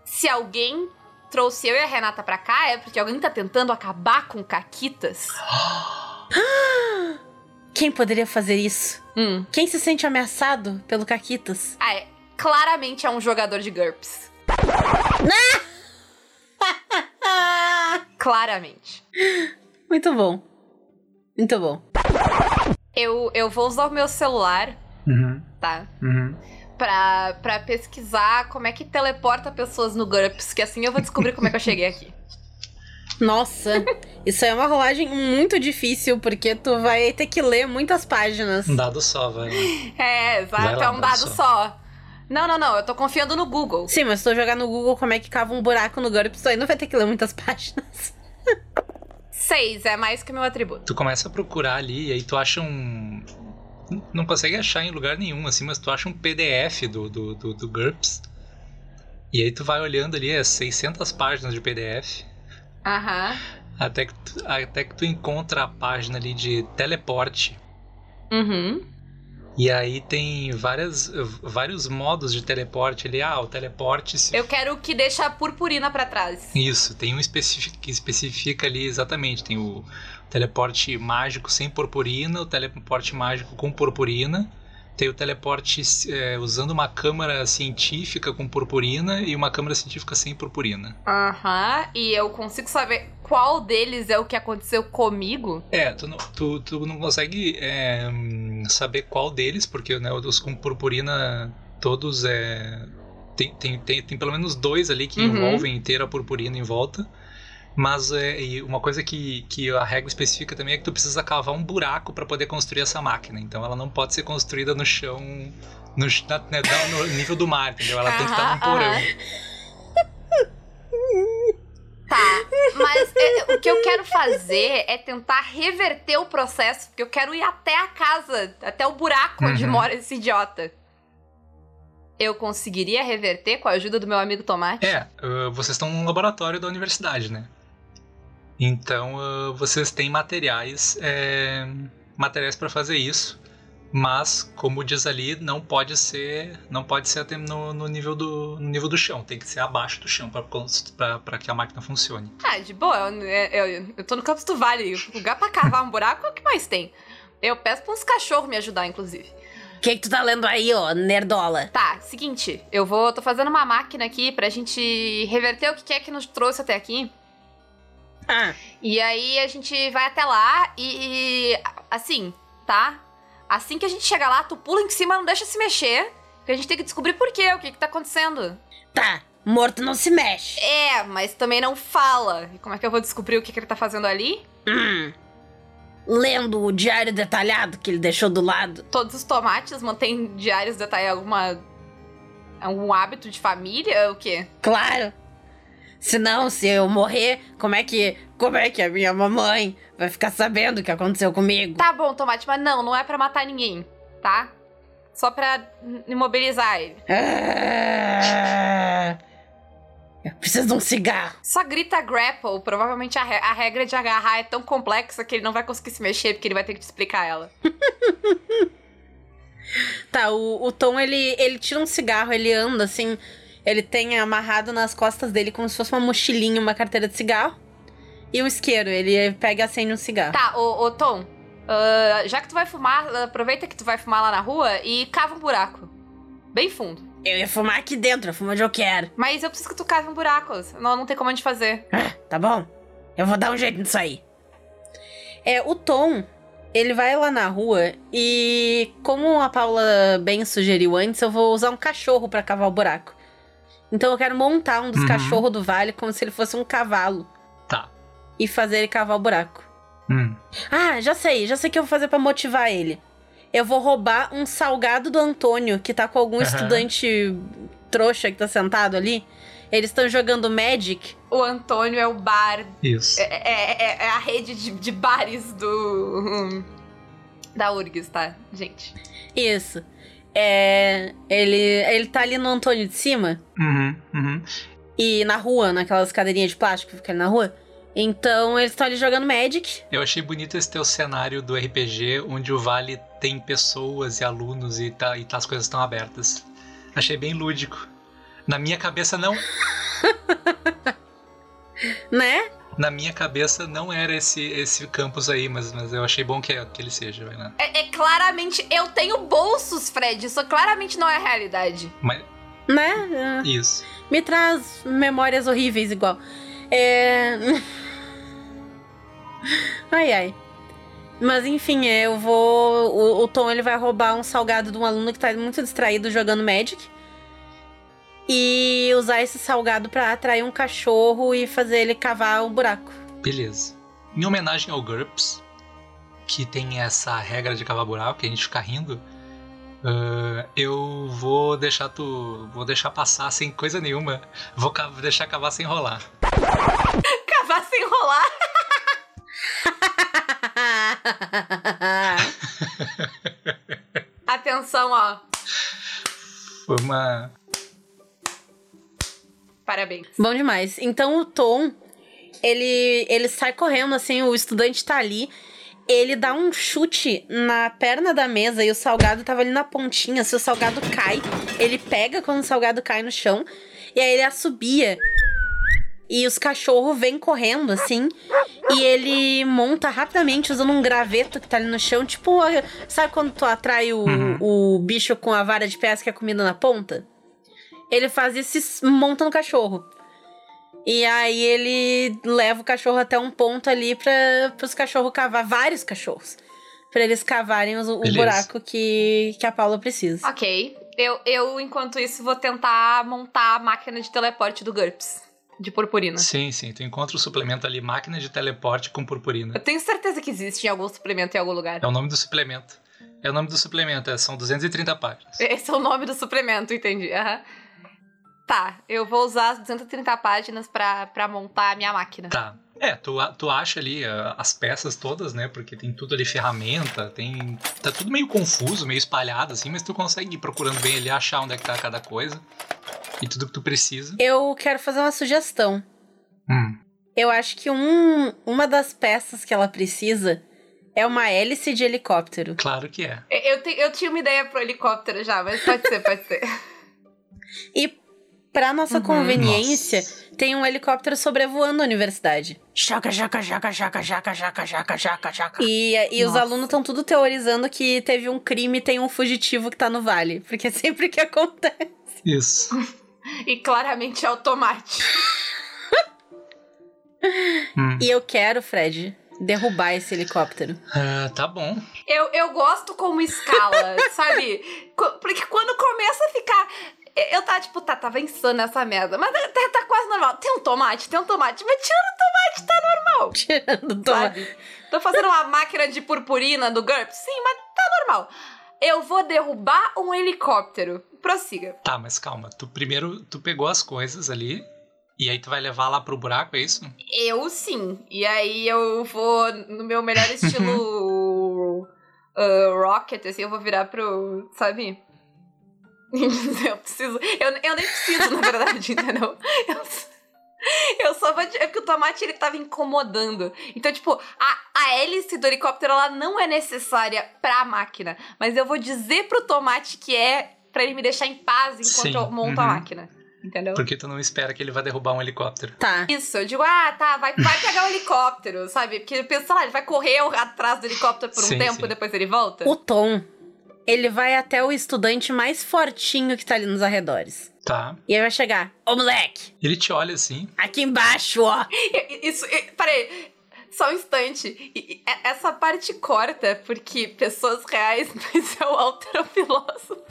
Se alguém trouxe eu e a Renata pra cá, é porque alguém tá tentando acabar com caquitas.
Quem poderia fazer isso?
Hum.
Quem se sente ameaçado pelo Caquitas?
Ah, é. Claramente é um jogador de GURPS.
Ah,
Claramente.
muito bom. Muito bom.
Eu, eu vou usar o meu celular,
Uhum,
tá?
uhum.
Pra, pra pesquisar como é que teleporta pessoas no GURPS, que assim eu vou descobrir como é que eu cheguei aqui.
Nossa, isso é uma rolagem muito difícil, porque tu vai ter que ler muitas páginas.
Um dado só, vai lá.
É,
Vai
exato,
lá,
é um dado
moça.
só. Não, não, não, eu tô confiando no Google.
Sim, mas se tu jogar no Google como é que cava um buraco no GURPS, tu ainda vai ter que ler muitas páginas.
Seis é mais que o meu atributo.
Tu começa a procurar ali e aí tu acha um. Não consegue achar em lugar nenhum, assim, mas tu acha um PDF do, do, do, do GURPS. E aí tu vai olhando ali, é 600 páginas de PDF.
Aham.
Até que, tu, até que tu encontra a página ali de teleporte.
Uhum.
E aí tem várias, vários modos de teleporte ali. Ah, o teleporte se.
Eu quero o que deixa a purpurina pra trás.
Isso, tem um especifi- que especifica ali exatamente. Tem o teleporte mágico sem purpurina, o teleporte mágico com purpurina. Tem o teleporte eh, usando uma câmera científica com purpurina e uma câmera científica sem purpurina.
Aham. E eu consigo saber qual deles é o que aconteceu comigo?
É, tu não, tu, tu não consegue é, hum, saber qual deles, porque né, os com purpurina, todos é. Tem, tem, tem, tem pelo menos dois ali que
Uhum.
envolvem inteira a purpurina em volta. Mas é, e uma coisa que, que a regra especifica também é que tu precisa cavar um buraco para poder construir essa máquina. Então ela não pode ser construída no chão, no, ch- na- né, da- no nível do mar, entendeu? Ela tem que estar num
Aham,
porão.
aham. Tá, mas é, é, o que eu quero fazer é tentar reverter o processo, porque eu quero ir até a casa, até o buraco onde
Uhum.
mora esse idiota. Eu conseguiria reverter com a ajuda do meu amigo Tomate?
É, ah, vocês estão num laboratório da universidade, né? Então ah, vocês têm materiais, é, materiais para fazer isso, mas como diz ali, não pode ser, não pode ser até no, no nível do no nível do chão, tem que ser abaixo do chão para que a máquina funcione.
Ah, de boa, eu, eu, eu tô no Campos do Vale, lugar pra cavar um buraco é o que mais tem. Eu peço pra uns cachorros me ajudar, inclusive.
O que, que tu tá lendo aí, ô, nerdola?
Tá, seguinte, eu vou. tô fazendo uma máquina aqui pra gente reverter o que é que nos trouxe até aqui.
Ah,
E aí a gente vai até lá e, e, assim, tá? Assim que a gente chegar lá, tu pula em cima, não deixa se mexer. Porque a gente tem que descobrir por quê, o que que tá acontecendo.
tá. Morto não se mexe.
É, mas também não fala. E como é que eu vou descobrir o que que ele tá fazendo ali?
Hum. Lendo o diário detalhado que ele deixou do lado.
Todos os tomates mantêm diários detalhados, alguma... Algum hábito de família, o quê?
Claro. Senão, se eu morrer, como é que. Como é que a minha mamãe vai ficar sabendo o que aconteceu comigo?
Tá bom, tomate, mas não, não é pra matar ninguém, tá? Só pra n- imobilizar ele.
Ah, eu preciso de um cigarro.
Só grita grapple. Provavelmente a, re- a regra de agarrar é tão complexa que ele não vai conseguir se mexer, porque ele vai ter que te explicar ela.
Tá, o, o Tom, ele, ele tira um cigarro, ele anda assim. Ele tem amarrado nas costas dele como se fosse uma mochilinha, uma carteira de cigarro. E o isqueiro, ele pega e acende um cigarro.
Tá, ô, ô, Tom, ah, já que tu vai fumar, ah, aproveita que tu vai fumar lá na rua e cava um buraco. Bem fundo.
Eu ia fumar aqui dentro, eu fumo onde eu quero.
Mas eu preciso que tu cave um buraco, senão não tem como a gente fazer.
Tá bom? Eu vou dar um jeito nisso aí. É, o Tom, ele vai lá na rua e, como a Paula bem sugeriu antes, eu vou usar um cachorro pra cavar o buraco. Então eu quero montar um dos
Uhum.
cachorros do vale como se ele fosse um cavalo
Tá.
e fazer ele cavar o buraco.
Hum.
Ah, já sei, já sei o que eu vou fazer pra motivar ele. Eu vou roubar um salgado do Antônio, que tá com algum
Aham.
estudante trouxa que tá sentado ali. Eles estão jogando Magic.
O Antônio é o bar.
Isso.
É, é- é- é a rede de, de bares do. Da URGS, tá, gente?
Isso. É. Ele, ele tá ali no Antônio de cima.
Uhum, uhum.
E na rua, naquelas cadeirinhas de plástico que fica ali na rua. Então eles estão ali jogando Magic.
Eu achei bonito esse teu cenário do RPG, onde o Vale tem pessoas e alunos e, tá, e tá- as coisas estão abertas. Achei bem lúdico. Na minha cabeça não.
Né?
Na minha cabeça não era esse, esse campus aí, mas, mas eu achei bom que, que ele seja, vai lá.
É, é claramente. Eu tenho bolsos, Fred. Isso claramente não é a realidade.
Mas
Né?
isso.
Me traz memórias horríveis igual. É. ai, ai. Mas enfim, é, eu vou. O, o Tom ele vai roubar um salgado de um aluno que tá muito distraído jogando Magic. E usar esse salgado pra atrair um cachorro e fazer ele cavar o buraco.
Beleza. Em homenagem ao GURPS, que tem essa regra de cavar buraco, que a gente fica rindo, ah, eu vou deixar tu. Vou deixar passar sem coisa nenhuma. Vou ca- deixar cavar sem rolar.
Cavar sem rolar. Atenção, ó.
Foi uma.
Parabéns.
Bom demais. Então o Tom, ele, ele sai correndo, assim, o estudante tá ali. Ele dá um chute na perna da mesa e o salgado tava ali na pontinha. Se o salgado cai, ele pega quando o salgado cai no chão. E aí ele assobia. E os cachorros vêm correndo, assim. E ele monta rapidamente usando um graveto que tá ali no chão. Tipo, a- sabe quando tu atrai o,
Uhum.
o bicho com a vara de pesca e a comida na ponta? Ele faz isso e s- monta no cachorro. E aí ele leva o cachorro até um ponto ali para os cachorros cavar, vários cachorros, para eles cavarem os- o
Beleza.
buraco que, que a Paula precisa.
Ok. Eu, eu, enquanto isso, vou tentar montar a máquina de teleporte do GURPS. de purpurina.
Sim, sim. Tu encontra o suplemento ali, máquina de teleporte com purpurina.
Eu tenho certeza que existe em algum suplemento em algum lugar.
É o nome do suplemento. É o nome do suplemento, é, são 230 páginas.
Esse é o nome do suplemento, entendi. Aham. Tá, eu vou usar as 230 páginas pra, pra montar a minha máquina.
Tá. É, tu, a- tu acha ali ah, as peças todas, né? Porque tem tudo ali, ferramenta, tem. Tá tudo meio confuso, meio espalhado, assim, mas tu consegue ir procurando bem ali, achar onde é que tá cada coisa. E tudo que tu precisa.
Eu quero fazer uma sugestão.
Hum.
Eu acho que um, uma das peças que ela precisa é uma hélice de helicóptero.
Claro que é.
Eu, te- eu tinha uma ideia pro helicóptero já, mas pode ser, pode ser.
E, pra nossa
Uhum.
conveniência,
Nossa.
tem um helicóptero sobrevoando a universidade.
Jaca, jaca, jaca, jaca, jaca, jaca, jaca, jaca, jaca.
E, e os
Nossa.
alunos estão tudo teorizando que teve um crime e tem um fugitivo que tá no vale. Porque é sempre que acontece.
Isso.
E claramente é o tomate.
Hum.
E eu quero, Fred, derrubar esse helicóptero.
Ah, tá bom.
Eu, eu gosto como escala, sabe? Co- Porque quando começa a ficar. eu- Eu tava tipo, tá, tava insana essa merda. Mas tá, tá quase normal. Tem um tomate, tem um tomate. Mas tira o tomate, tá
Tirando o
normal.
tomate.
sabe? Tô fazendo uma máquina de purpurina do GURPS. Sim, mas tá normal. Eu vou derrubar um helicóptero. Prossiga.
Tá, mas calma. Tu primeiro tu pegou as coisas ali. E aí tu vai levar lá pro buraco, é isso?
Eu sim. E aí eu vou, no meu melhor estilo uh, Rocket, assim, eu vou virar pro. Sabe? Eu preciso. Eu, eu nem preciso, na verdade, entendeu? Eu, só- eu só vou. de- É porque o tomate ele tava incomodando. Então, tipo, a, a hélice do helicóptero ela não é necessária pra máquina. Mas eu vou dizer pro tomate que é pra ele me deixar em paz enquanto
Sim,
eu monto a
uhum.
máquina. Entendeu?
Porque tu não espera que ele vai derrubar um helicóptero.
Tá.
Isso, eu digo, ah, tá, vai, vai pegar o helicóptero, sabe? Porque ele pensa, sei lá, ele vai correr atrás do helicóptero por um
Sim,
tempo
sim.
e depois ele volta.
O Tom, ele vai até o estudante mais fortinho que tá ali nos arredores.
Tá.
E aí vai chegar, ô moleque,
Ele te olha assim.
aqui embaixo, ó.
E- e- Isso, e- peraí, só um instante. E- e- e- Essa parte corta, porque pessoas reais, mas é o alterofilósofo.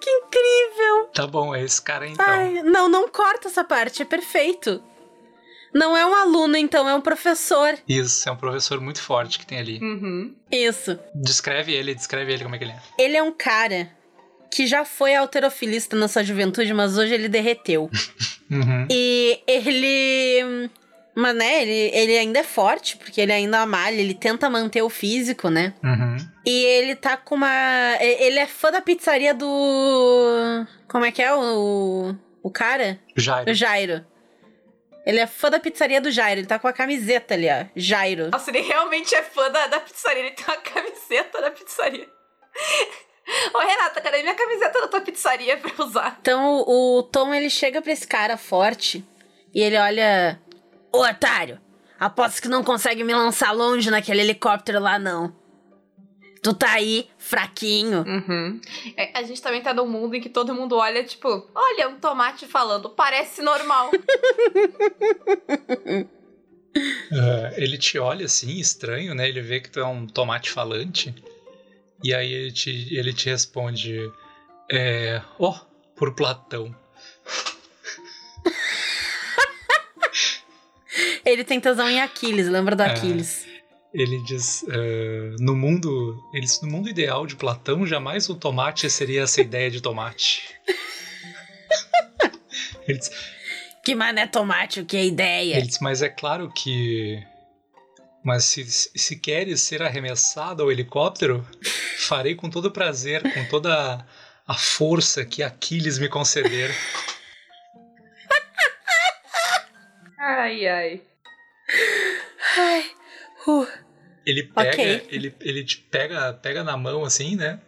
Que incrível.
Tá bom, é esse cara então.
Ai, não, não corta essa parte, é perfeito. Não é um aluno, então, é um professor.
Isso, é um professor muito forte que tem ali.
Uhum.
Isso.
Descreve ele, descreve ele como é que ele é.
Ele é um cara que já foi alterofilista na sua juventude, mas hoje ele derreteu.
Uhum.
E ele. Mas, né, ele, ele ainda é forte, porque ele ainda malha, ele tenta manter o físico, né?
Uhum.
E ele tá com uma. e- Ele é fã da pizzaria do. Como é que é o. O cara?
Jairo.
O Jairo. Ele é fã da pizzaria do Jairo. Ele tá com a camiseta ali, ó. Jairo.
Nossa, ele realmente é fã da, da pizzaria, ele tem uma camiseta da pizzaria. Ô, Renata, cadê minha camiseta da tua pizzaria pra eu usar?
Então o o Tom ele chega pra esse cara forte e ele olha. Ô otário, aposto que não consegue me lançar longe naquele helicóptero lá, não. Tu tá aí, fraquinho.
Uhum. É, a gente também tá num mundo em que todo mundo olha, tipo, olha um tomate falando, parece normal.
Ah, ele te olha assim, estranho, né? Ele vê que tu é um tomate falante. E aí ele te, ele te responde: É. Oh, por Platão.
Ele tem tesão em Aquiles, lembra do
É.
Aquiles?
Ele diz: ah, No mundo. Ele diz, No mundo ideal de Platão, jamais o tomate seria essa ideia de tomate. ele diz,
Que mané tomate, o que é ideia?
Ele disse, mas é claro que. Mas se, se se queres ser arremessado ao helicóptero, farei com todo prazer, com toda a força que Aquiles me conceder.
Ai, ai.
Ai, uh,
Ele pega,
Ok.
ele, ele te pega, pega na mão assim, né?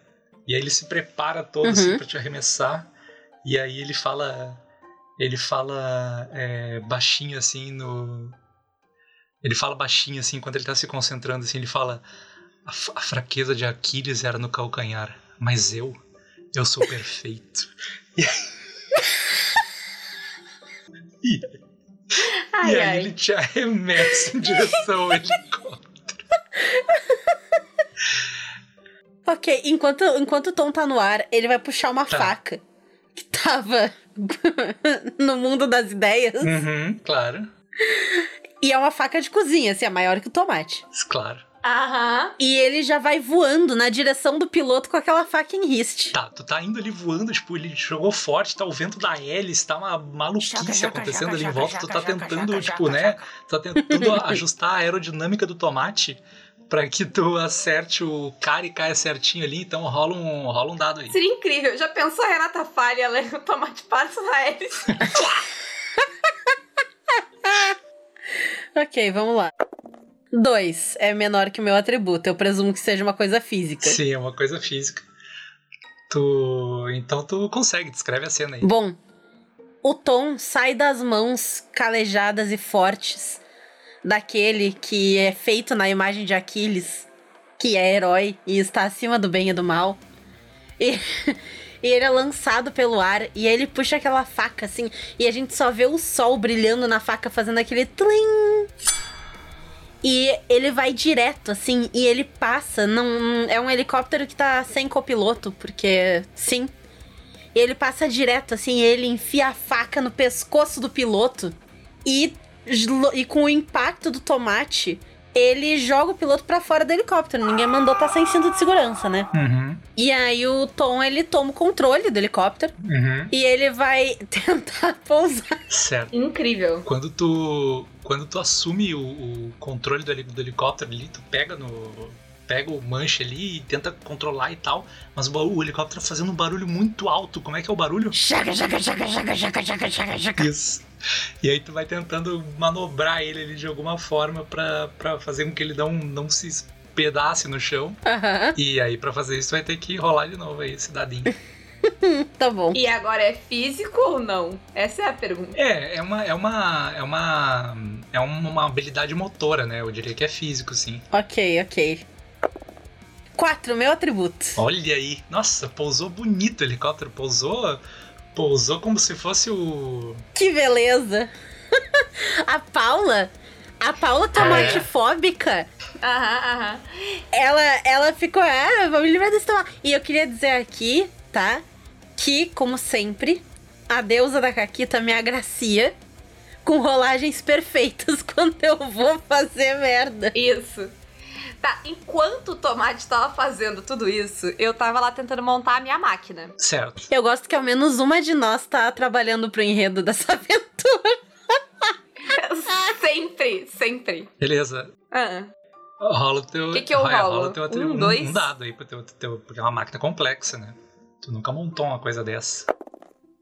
E aí ele se prepara todo
Uhum.
assim pra te arremessar. E aí ele fala. Ele fala é, baixinho assim no. Ele fala baixinho assim enquanto ele tá se concentrando assim, ele fala. A, f- a fraqueza de Aquiles era no calcanhar, mas eu, eu sou perfeito. e
Ai,
e aí
ai.
ele te arremessa em direção ao helicóptero.
Ok, enquanto, enquanto o Tom tá no ar, ele vai puxar uma
Tá.
faca que tava no mundo das ideias.
Uhum, claro.
E é uma faca de cozinha, assim, é maior que o tomate.
Claro.
Aham.
E ele já vai voando na direção do piloto com aquela faca em riste.
Tá, tu tá indo ali voando, tipo, ele jogou forte, tá o vento da hélice, tá uma
Jaca,
maluquice
jaca, jaca,
acontecendo ali em
jaca,
volta, tu tá
jaca, jaca,
tentando,
jaca,
tipo,
jaca,
né,
jaca.
tu tá tentando a- ajustar a aerodinâmica do tomate pra que tu acerte o cara e caia certinho ali, então rola um, rola um dado aí.
Seria incrível. Já pensou a Renata falha, ela o tomate passa na hélice?
Ok, vamos lá. Dois, é menor que o meu atributo. Eu presumo que seja uma coisa física.
Sim, é uma coisa física. Tu, então tu consegue, descreve a cena aí.
Bom, o Tom sai das mãos calejadas e fortes daquele que é feito na imagem de Aquiles, que é herói e está acima do bem e do mal. E, e ele é lançado pelo ar e ele puxa aquela faca assim, e a gente só vê o sol brilhando na faca fazendo aquele tlim. E ele vai direto assim, e ele passa, não é um helicóptero que tá sem copiloto, porque sim, e ele passa direto, assim, ele enfia a faca no pescoço do piloto e, glo- e com o impacto do tomate, ele joga o piloto pra fora do helicóptero. Ninguém mandou tá sem cinto de segurança, né?
Uhum,
E aí o Tom, ele toma o controle do helicóptero
uhum,
e ele vai tentar pousar.
certo.
Incrível.
Quando tu, quando tu assume o, o controle do, heli- do helicóptero ali, tu pega no pega o manche ali e tenta controlar e tal, mas o, ba- o helicóptero tá fazendo um barulho muito alto. Como é que é o barulho?
Jaca, jaca, jaca, jaca, jaca, jaca, jaca, jaca.
Isso. E aí tu vai tentando manobrar ele ali de alguma forma pra pra fazer com que ele não, não se espedace no chão.
Aham,
E aí pra fazer isso tu vai ter que rolar de novo aí, cidadinho.
tá bom.
E agora é físico ou não? Essa é a pergunta.
É, é uma é uma é uma é uma habilidade motora, né? Eu diria que é físico, sim.
Ok, ok. Quatro, meu atributo.
Olha aí, nossa, pousou bonito o helicóptero, pousou, pousou como se fosse o
Que beleza! a Paula, a Paula tá tomatefóbica.
Aham, aham.
ela, ela ficou, ah, vou me livrar desse tomate. E eu queria dizer aqui, tá? Que, como sempre, a deusa da Caquita me agracia com rolagens perfeitas quando eu vou fazer merda.
Isso. Tá, enquanto o Tomate tava fazendo tudo isso, eu tava lá tentando montar a minha máquina.
certo.
Eu gosto que ao menos uma de nós tá trabalhando pro enredo dessa aventura.
sempre, sempre.
Beleza.
Ah,
Rola o teu.
Que que eu
vai,
rolo?
Rola o teu atri-
Um,
um,
dois?
um dado aí pro teu, teu- Porque é uma máquina complexa, né? Tu nunca montou uma coisa dessa.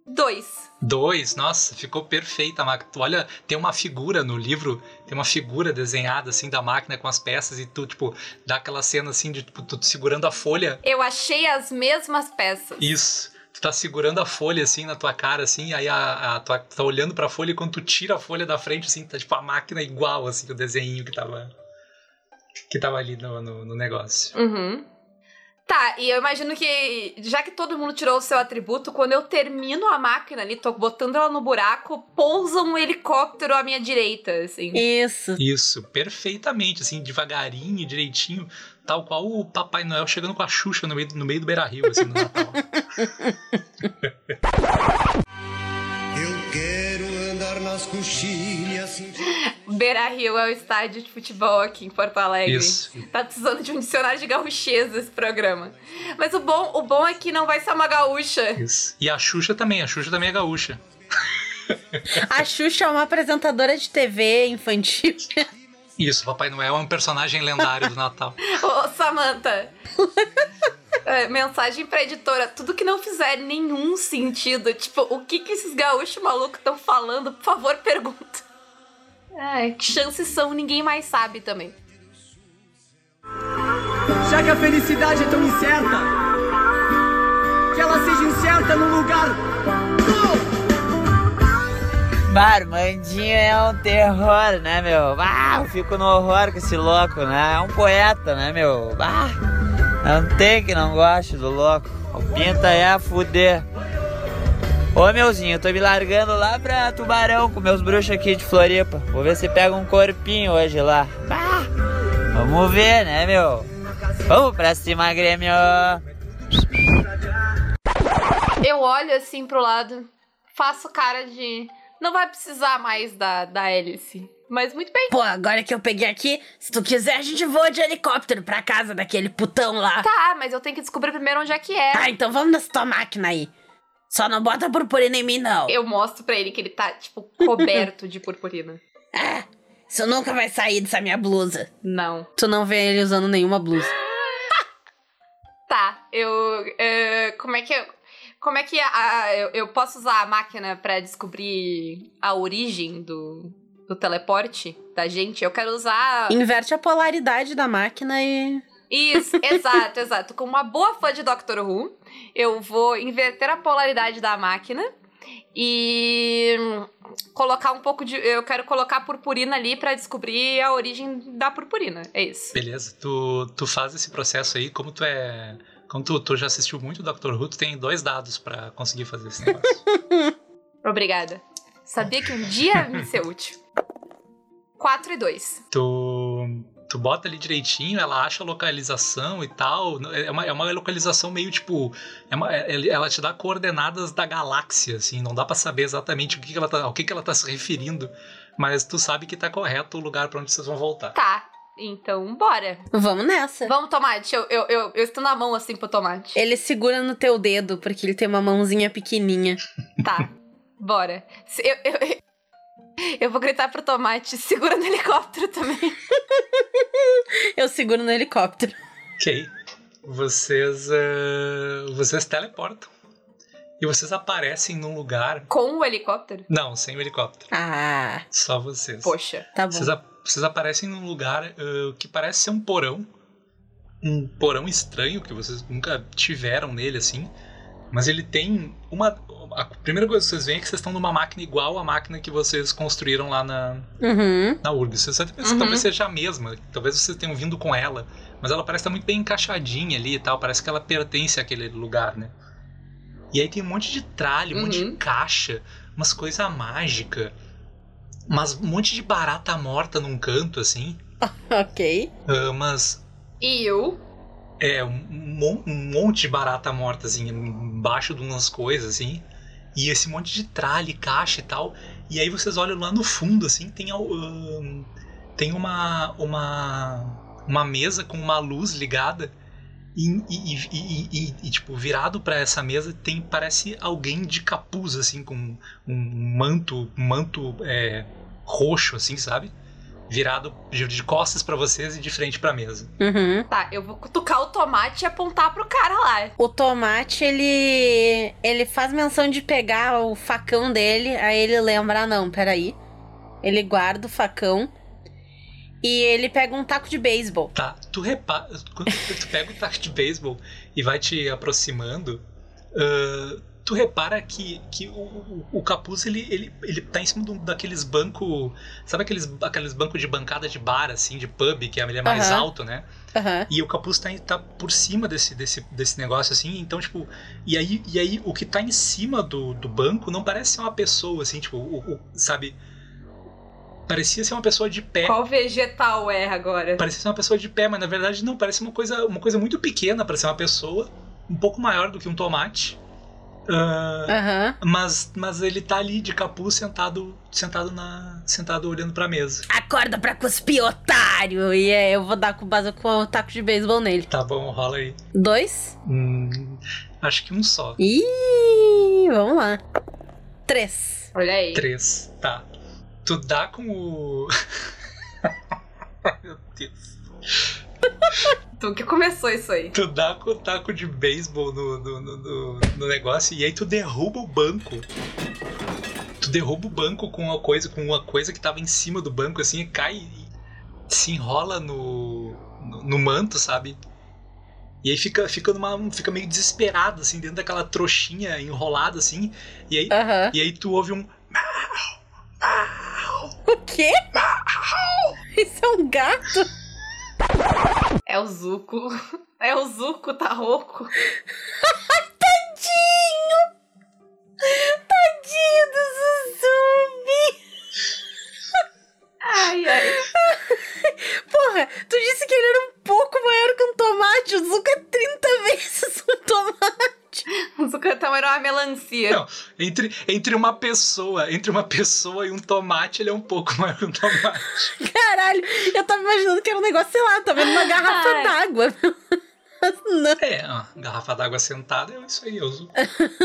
dois.
Dois, nossa, ficou perfeita a máquina. Tu olha, tem uma figura no livro, tem uma figura desenhada assim da máquina com as peças e tu, tipo, dá aquela cena assim de tipo, tu segurando a folha
Eu achei as mesmas peças.
Isso. Tu tá segurando a folha assim na tua cara, assim, aí a, a tua, tu tá olhando pra folha e quando tu tira a folha da frente, assim, tá tipo a máquina igual, assim, o desenho que tava. Que tava ali no, no, no negócio.
Uhum. Tá, e eu imagino que, já que todo mundo tirou o seu atributo, quando eu termino a máquina ali, tô botando ela no buraco, pousa um helicóptero à minha direita, assim.
Isso.
Isso, perfeitamente, assim, devagarinho, direitinho, tal qual o Papai Noel chegando com a Xuxa no meio, no meio do Beira Rio, assim, no Natal.
Eu quero andar nas coxilhas. sentir-
Beira Rio é o estádio de futebol aqui em Porto Alegre.
Isso.
Tá precisando de um dicionário de gauchês esse programa. Mas o bom, o bom é que não vai ser uma gaúcha.
Isso. E a Xuxa também, a Xuxa também é gaúcha.
A Xuxa é uma apresentadora de TV infantil.
Isso, Papai Noel é um personagem lendário do Natal.
Ô, Samantha. É, mensagem pra editora: tudo que não fizer nenhum sentido, tipo, o que que esses gaúchos malucos estão falando, por favor, pergunta. Ai, que chances são, ninguém mais sabe também.
Já que a felicidade é tão incerta, que ela seja incerta no lugar.
Barmandinho é um terror, né, meu? Ah, eu fico no horror com esse louco, né? É um poeta, né, meu? Ah, não tem que não goste do louco. O pinta é a fuder. Ô, meuzinho, eu tô me largando lá pra Tubarão com meus bruxos aqui de Floripa. Vou ver se pega um corpinho hoje lá. Ah, vamos ver, né, meu? Vamos pra cima, Grêmio!
Eu olho assim pro lado, faço cara de. Não vai precisar mais da, da hélice. Mas muito bem.
Pô, agora que eu peguei aqui, se tu quiser, a gente voa de helicóptero pra casa daquele putão lá.
Tá, mas eu tenho que descobrir primeiro onde é que é.
Ah, então vamos nessa tua máquina aí. Só não bota purpurina em mim, não.
Eu mostro pra ele que ele tá, tipo, coberto de purpurina.
Ah, isso nunca vai sair dessa minha blusa.
Não.
Tu não vê ele usando nenhuma blusa.
Tá, eu. eh, como é que eu. Como é que a- a- eu, eu posso usar a máquina pra descobrir a origem do, do teleporte da gente? Eu quero usar.
Inverte a polaridade da máquina e.
Isso, exato, exato. Como uma boa fã de Doctor Who, eu vou inverter a polaridade da máquina e colocar um pouco de. Eu quero colocar purpurina ali pra descobrir a origem da purpurina. É isso.
Beleza, tu, tu faz esse processo aí, como tu é. Como tu, tu já assistiu muito Doctor Who, tu tem dois dados pra conseguir fazer esse negócio.
Obrigada. Sabia que um dia ia me ser útil. 4 e 2.
tu, tu bota ali direitinho, ela acha a localização e tal. É uma, é uma localização meio tipo. é uma- é- ela te dá coordenadas da galáxia, assim, não dá pra saber exatamente o que que ela tá, ao que, que ela tá se referindo, mas tu sabe que tá correto o lugar pra onde vocês vão voltar.
Tá, então bora.
Vamos nessa.
Vamos, tomate. Eu, eu, eu, eu estou na mão assim pro tomate.
Ele segura no teu dedo, porque ele tem uma mãozinha pequenininha.
Tá, bora. Se- Eu, eu, eu vou gritar pro tomate, segura no helicóptero também.
Eu seguro no helicóptero.
Ok. Vocês. eh, vocês teleportam. E vocês aparecem num lugar.
Com o helicóptero?
Não, sem o helicóptero.
Ah,
Só vocês.
Poxa.
tá bom.
Vocês, a- vocês aparecem num lugar ãh, que parece ser um porão. Um porão estranho que vocês nunca tiveram nele, assim. Mas ele tem uma. A primeira coisa que vocês veem é que vocês estão numa máquina igual à máquina que vocês construíram lá na,
Uhum.
na URGS. Vocês, talvez-
Uhum.
Talvez seja a mesma, talvez vocês tenham vindo com ela, mas ela parece estar muito bem encaixadinha ali e tal, parece que ela pertence àquele lugar, né? E aí tem um monte de tralho, um monte de
Uhum.
caixa, umas coisas mágicas, mas um monte de barata morta num canto, assim.
Ok.
Ah, mas
E eu?
é um, mon- um monte de barata morta, assim, embaixo de umas coisas, assim. E esse monte de tralha, e caixa e tal. E aí vocês olham lá no fundo, assim, tem, al- ahn, tem uma, uma, uma mesa com uma luz ligada. E, e- e- e- e- e, tipo, virado pra essa mesa, tem parece alguém de capuz, assim, com um manto, manto é, roxo, assim, sabe? Virado de, de costas pra vocês e de frente pra mesa.
Uhum.
Tá, eu vou cutucar o tomate e apontar pro cara lá.
O tomate, ele. Ele faz menção de pegar o facão dele, aí ele lembra, ah, não, peraí. Ele guarda o facão e ele pega um taco de beisebol.
Tá, tu repara. Quando tu pega o taco de beisebol e vai te aproximando, ah, tu repara que, que o, o- o capuz ele, ele, ele tá em cima de um- daqueles bancos. Sabe aqueles, aqueles bancos de bancada de bar, assim, de pub, que ele é mais
Aham.
alto, né?
Aham.
E o capuz tá, em- tá por cima desse, desse, desse negócio, assim, então, tipo. E aí, e aí o que tá em cima do, do banco não parece ser uma pessoa, assim, tipo, o- o- sabe? Parecia ser uma pessoa de pé.
Qual vegetal é agora?
Parecia ser uma pessoa de pé, mas na verdade não, parece uma coisa, uma coisa muito pequena para ser uma pessoa, um pouco maior do que um tomate. Ah,
Aham.
mas, mas ele tá ali de capuz sentado, sentado na, sentado olhando pra mesa.
Acorda pra cuspir, otário! E aí eu vou dar com base com o taco de beisebol nele.
Tá bom, rola aí.
Dois.
Hum, acho que um só.
Ih, vamos lá. Três.
Olha aí.
Três, tá. Tu dá com o. Meu Deus.
Tu que começou isso aí.
Tu dá com o taco de beisebol no, no, no, no- no negócio e aí tu derruba o banco. Tu derruba o banco com uma coisa, com uma coisa que tava em cima do banco, assim, e cai e se enrola no, no, no manto, sabe? E aí fica, fica, numa, fica meio desesperado, assim, dentro daquela trouxinha enrolada, assim. E aí,
Aham.
e aí tu ouve um.
O quê? Isso é um gato?
É o Zuko. É o Zuko, tá rouco.
Tadinho! Tadinho do Suzubi!
Ai, ai.
Porra, tu disse que ele era um pouco maior que um tomate um
Mas o cartão era uma melancia.
Não, entre, entre uma pessoa, entre uma pessoa e um tomate, ele é um pouco maior que um tomate.
Caralho, eu tava imaginando que era um negócio, sei lá, tava numa garrafa
Ai.
d'água. Não,
É, ó, garrafa d'água sentada é isso aí, eu uso.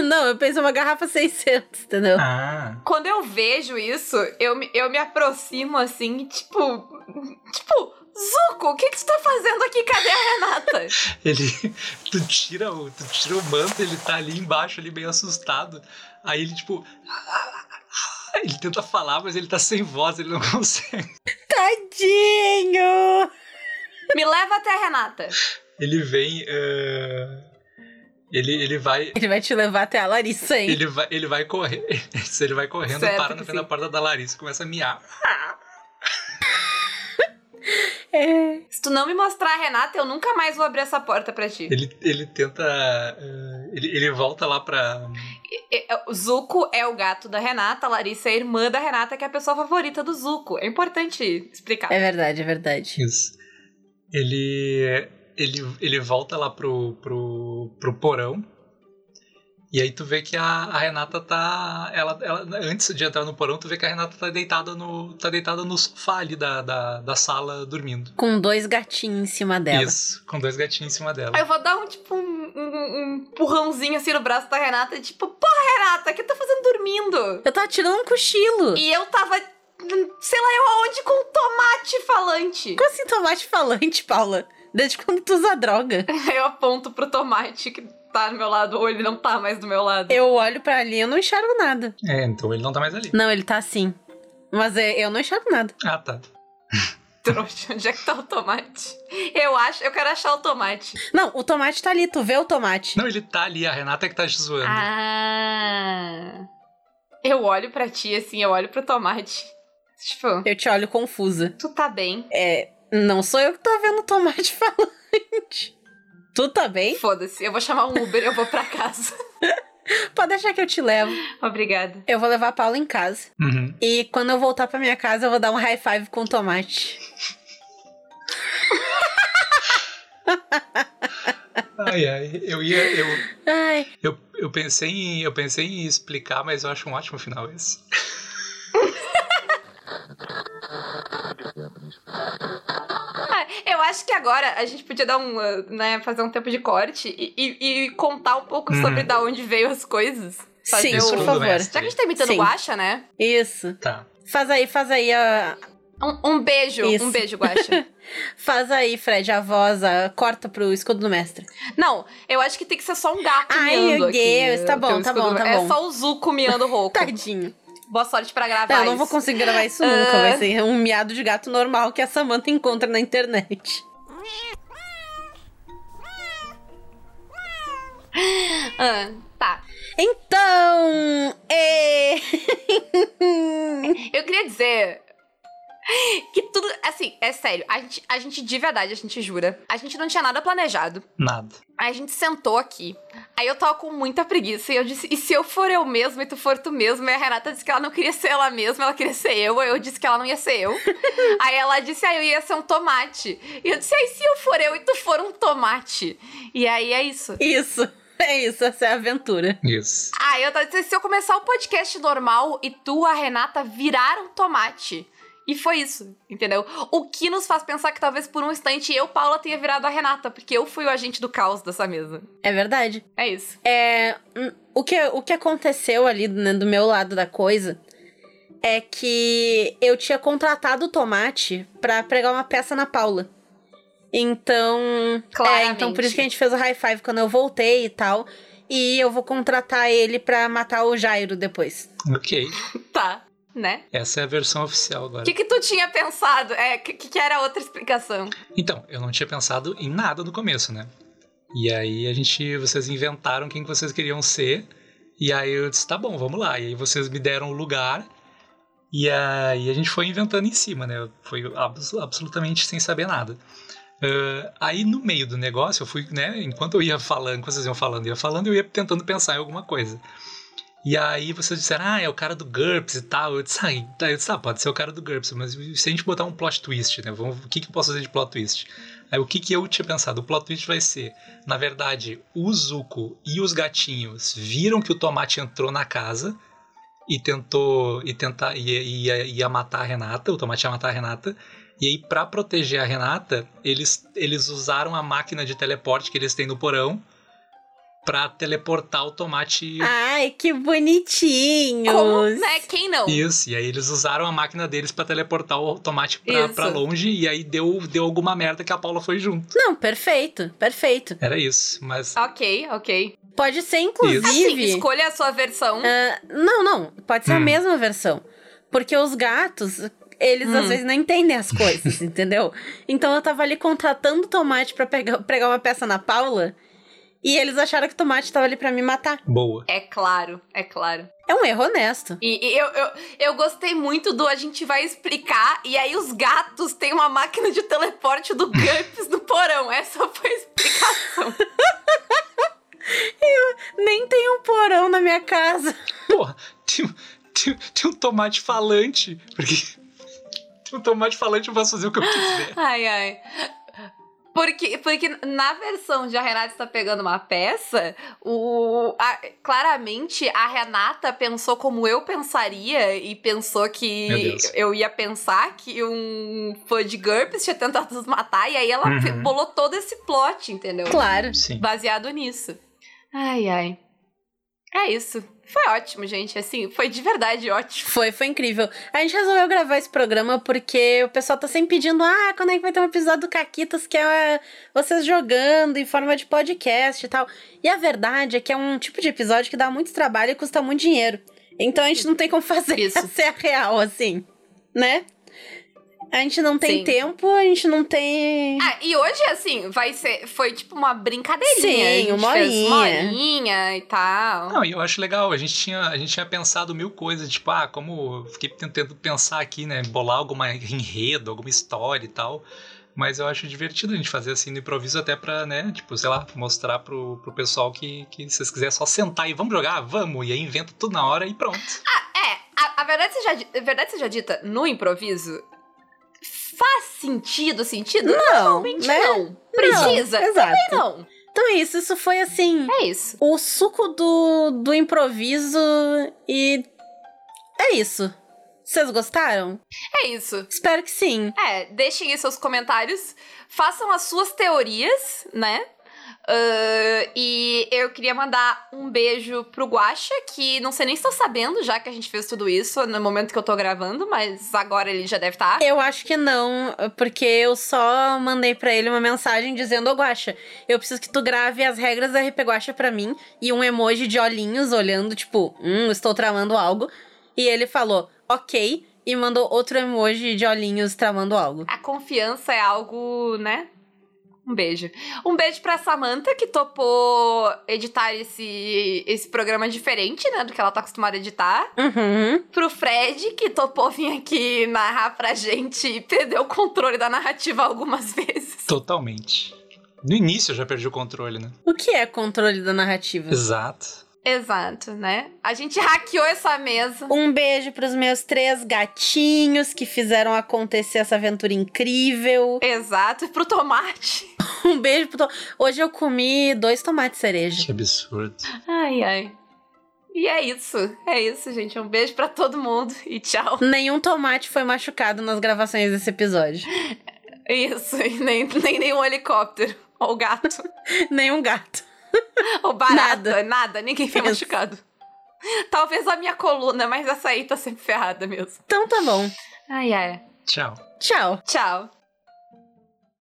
não, eu pensei uma garrafa 600, entendeu?
Ah,
Quando eu vejo isso, eu, me- eu me aproximo assim, e tipo. Tipo, Zuko, o que, que tu tá fazendo aqui? Cadê a Renata?
ele. Tu tira, o, tu tira o manto, ele tá ali embaixo, ali meio assustado. Aí ele, tipo. Ele tenta falar, mas ele tá sem voz, ele não consegue.
Tadinho!
Me leva até a Renata.
Ele vem. eh, Ele, ele vai.
Ele vai te levar até a Larissa, hein?
Ele vai, ele vai correr. Se ele vai correndo,
Certo
para
que
na frente
sim.
da porta da Larissa e começa a miar.
É.
Se tu não me mostrar a Renata, eu nunca mais vou abrir essa porta pra ti.
Ele, ele tenta. eh, ele, ele volta lá pra.
E- e- o Zuko é o gato da Renata, a Larissa é a irmã da Renata, que é a pessoa favorita do Zuko. É importante explicar.
É verdade, é verdade.
Isso. Ele, ele, ele volta lá pro, pro, pro porão. E aí tu vê que a, a Renata tá. Ela, ela, antes de entrar no porão, tu vê que a Renata tá deitada no. tá deitada no sofá ali da, da, da sala dormindo.
Com dois gatinhos em cima dela.
Isso, com dois gatinhos em cima dela.
Aí eu vou dar um, tipo, um, um, um empurrãozinho assim no braço da Renata, tipo, porra, Renata, o que tu tá fazendo dormindo?
Eu tava tirando um cochilo.
E eu tava, sei lá eu aonde, com um tomate falante.
Como assim tomate falante, Paula? Desde quando tu usa droga?
Aí eu aponto pro tomate que tá do meu lado, ou ele não tá mais do meu lado.
Eu olho pra ali e eu não enxergo nada.
É, então ele não tá mais ali.
Não, ele tá assim. Mas é- eu não enxergo nada.
Ah, tá.
Trouxa, onde é que tá o tomate? Eu acho, eu quero achar o tomate.
Não, o tomate tá ali, tu vê o tomate.
Não, ele tá ali, a Renata que tá te zoando.
Ah. Eu olho pra ti, assim, eu olho pro tomate. Tipo,
Eu te olho confusa.
tu tá bem?
É, não sou eu que tô vendo o tomate falante. Tu tá bem?
Foda-se, eu vou chamar um Uber, eu vou pra casa.
Pode deixar que eu te levo.
Obrigada.
Eu vou levar a Paula em casa.
Uhum.
E quando eu voltar pra minha casa, eu vou dar um high five com o tomate.
Ai, ai. Eu ia. Eu,
Ai,
eu, eu, pensei em, eu pensei em explicar, mas eu acho um ótimo final esse.
Ah, eu acho que agora a gente podia dar um, uh, né, fazer um tempo de corte e, e- e contar um pouco
Uhum.
sobre da onde veio as coisas.
sim,
Isso
por
tudo,
favor.
mestre.
Já que a gente tá imitando
Sim.
Guaxa, né?
Isso.
Tá.
Faz aí, faz aí a.
Um, um beijo,
Isso.
um beijo, Guaxa.
Faz aí, Fred, a voz, a- corta pro escudo do mestre.
Não, eu acho que tem que ser só um gato
Ai,
miando
meu
aqui,
Deus, tá
o
bom,
teu
tá
escudo.
bom, tá
É
bom.
só o Zuko miando rouco.
Tadinho.
Boa sorte pra gravar
Não, eu não
isso.
vou conseguir gravar isso nunca. Vai ser um miado de gato normal que a Samantha encontra na internet.
Ah, tá.
Então. É...
Eu queria dizer que tudo... Assim, é sério, a gente, a gente de verdade, a gente jura, a gente não tinha nada planejado.
Nada.
Aí a gente sentou aqui. Aí eu tava com muita preguiça e eu disse: e se eu for eu mesma e tu for tu mesma? E a Renata disse que ela não queria ser ela mesma, ela queria ser eu. Aí eu disse que ela não ia ser eu. aí ela disse: ah, eu ia ser um tomate. E eu disse: aí se eu for eu e tu for um tomate? E aí é isso.
Isso. É isso, essa é a aventura.
Isso.
Aí eu tava dizendo: se eu começar o podcast normal e tu, a Renata, virar um tomate. E foi isso, entendeu? O que nos faz pensar que talvez por um instante eu, Paula, tenha virado a Renata, porque eu fui o agente do caos dessa mesa.
É verdade.
É isso.
É, hum, o, que, o que aconteceu ali né, do meu lado da coisa é que eu tinha contratado o Tomate pra pregar uma peça na Paula. Então. É, então por isso que a gente fez o high five quando eu voltei e tal. E eu vou contratar ele pra matar o Jairo depois.
Ok.
Tá, né?
Essa é a versão oficial agora.
O que, que tu tinha pensado? É, que, que era outra explicação?
Então, eu não tinha pensado em nada no começo, né? E aí a gente. Vocês inventaram quem que vocês queriam ser. E aí eu disse, tá bom, vamos lá. E aí vocês me deram o lugar. E aí a gente foi inventando em cima, né? Foi abs- absolutamente sem saber nada. Ah, aí no meio do negócio, eu fui, né? Enquanto eu ia falando, enquanto vocês iam falando, ia falando, eu ia tentando pensar em alguma coisa. E aí vocês disseram, ah, é o cara do GURPS e tal. Eu disse, ah, então- eu disse, ah, pode ser o cara do GURPS, mas se a gente botar um plot twist, né? Vamos, o que, que eu posso fazer de plot twist? Aí o que, que eu tinha pensado? O plot twist vai ser, na verdade, o Zuko e os gatinhos viram que o Tomate entrou na casa e tentou. e tentar. ia, ia, ia matar a Renata, o Tomate ia matar a Renata. E aí, pra proteger a Renata, eles, eles usaram a máquina de teleporte que eles têm no porão pra teleportar o Tomate
Ai, que bonitinhos.
Como, né? Quem não?
isso, e aí eles usaram a máquina deles pra teleportar o tomate pra,
Isso.
pra longe e aí deu, deu alguma merda que a Paula foi junto.
Não, perfeito, perfeito.
Era isso, mas
Ok, ok.
Pode ser,
Assim,
inclusive.
escolha a sua versão.
ah, não, não, pode ser a
Hum.
mesma versão. Porque os gatos, eles às
Hum.
vezes não entendem as coisas, entendeu? Então eu tava ali contratando o tomate pra pegar, pregar uma peça na Paula. E eles acharam que o tomate tava ali pra me matar.
boa.
É claro, é claro.
É um erro honesto.
E, e eu, eu, eu gostei muito do a gente vai explicar, e aí os gatos têm uma máquina de teleporte do GURPS no porão. Essa foi a explicação.
Nem tem um porão na minha casa.
Porra, tem, um- tem, um- tem um tomate falante, porque tem um tomate falante eu posso fazer o que eu quiser.
Ai, ai. Porque, porque na versão de a Renata está pegando uma peça, o, a- claramente a Renata pensou como eu pensaria e pensou
Meu
que
Deus.
eu ia pensar que um fã de GURPS tinha tentado nos matar e aí ela
Uhum.
fe- bolou todo esse plot, entendeu?
Claro.
Sim.
Baseado nisso. Ai, ai. É isso. Foi ótimo, gente. Assim, foi de verdade ótimo.
Foi, foi incrível. A gente resolveu gravar esse programa porque o pessoal tá sempre pedindo: ah, quando é que vai ter um episódio do Caquitas que é vocês jogando em forma de podcast e tal. E a verdade é que é um tipo de episódio que dá muito trabalho e custa muito dinheiro. Então a gente não tem como fazer
Isso.
Essa é a real, assim. Né? A gente não tem
Sim.
tempo, a gente não tem.
Ah, e hoje, assim, vai ser. Foi tipo uma brincadeirinha.
Sim,
a gente
uma
fez uma
horinha.
horinha e tal.
Não, e eu acho legal, a gente, tinha, a gente tinha pensado mil coisas, tipo, ah, como. eu Fiquei tentando pensar aqui, né? Bolar alguma enredo, alguma história e tal. Mas eu acho divertido a gente fazer assim no improviso, até pra, né, tipo, sei lá, mostrar pro, pro pessoal que, que se vocês quiserem é só sentar e vamos jogar, vamos, e aí inventa tudo na hora e pronto.
É, a, a verdade, seja, di- a verdade seja dita, no improviso, faz sentido, sentido?
Não,
Normalmente
né?
não. Precisa?
Não, exato.
Não.
Então é isso, isso foi assim.
É isso.
o suco do, do improviso e é isso. Vocês gostaram?
É isso.
Espero que sim.
É, deixem aí seus comentários, façam as suas teorias, né? Ahn, e eu queria mandar um beijo pro Guaxa, que não sei nem se tô sabendo, já que a gente fez tudo isso no momento que eu tô gravando, mas agora ele já deve tá. estar.
Eu acho que não, porque eu só mandei pra ele uma mensagem dizendo: Ô Guaxa, eu preciso que tu grave as regras da RP Guaxa pra mim e um emoji de olhinhos olhando, tipo, hum, estou tramando algo. E ele falou: ok, e mandou outro emoji de olhinhos tramando algo.
A confiança é algo, né? Um beijo. Um beijo pra Samantha, que topou editar esse, esse programa diferente, né? Do que ela tá acostumada a editar.
Uhum.
Pro Fred, que topou vir aqui narrar pra gente e perdeu o controle da narrativa algumas vezes.
Totalmente. No início eu já perdi o controle, né?
O que é controle da narrativa?
Exato.
Exato, né? A gente hackeou essa mesa.
Um beijo pros meus três gatinhos que fizeram acontecer essa aventura incrível.
Exato, e pro tomate.
Um beijo pro. to- Hoje eu comi dois tomates cereja.
Que absurdo.
Ai, ai. E é isso, é isso, gente. Um beijo pra todo mundo e tchau.
Nenhum tomate foi machucado nas gravações desse episódio.
É Isso, e nem, nem nenhum helicóptero. Ou gato.
Nenhum gato.
Ou barata.
Nada.
Nada, ninguém foi
Isso.
machucado. Talvez a minha coluna, mas essa aí tá sempre ferrada mesmo.
Então tá bom.
Ai, ai.
Tchau.
Tchau.
Tchau.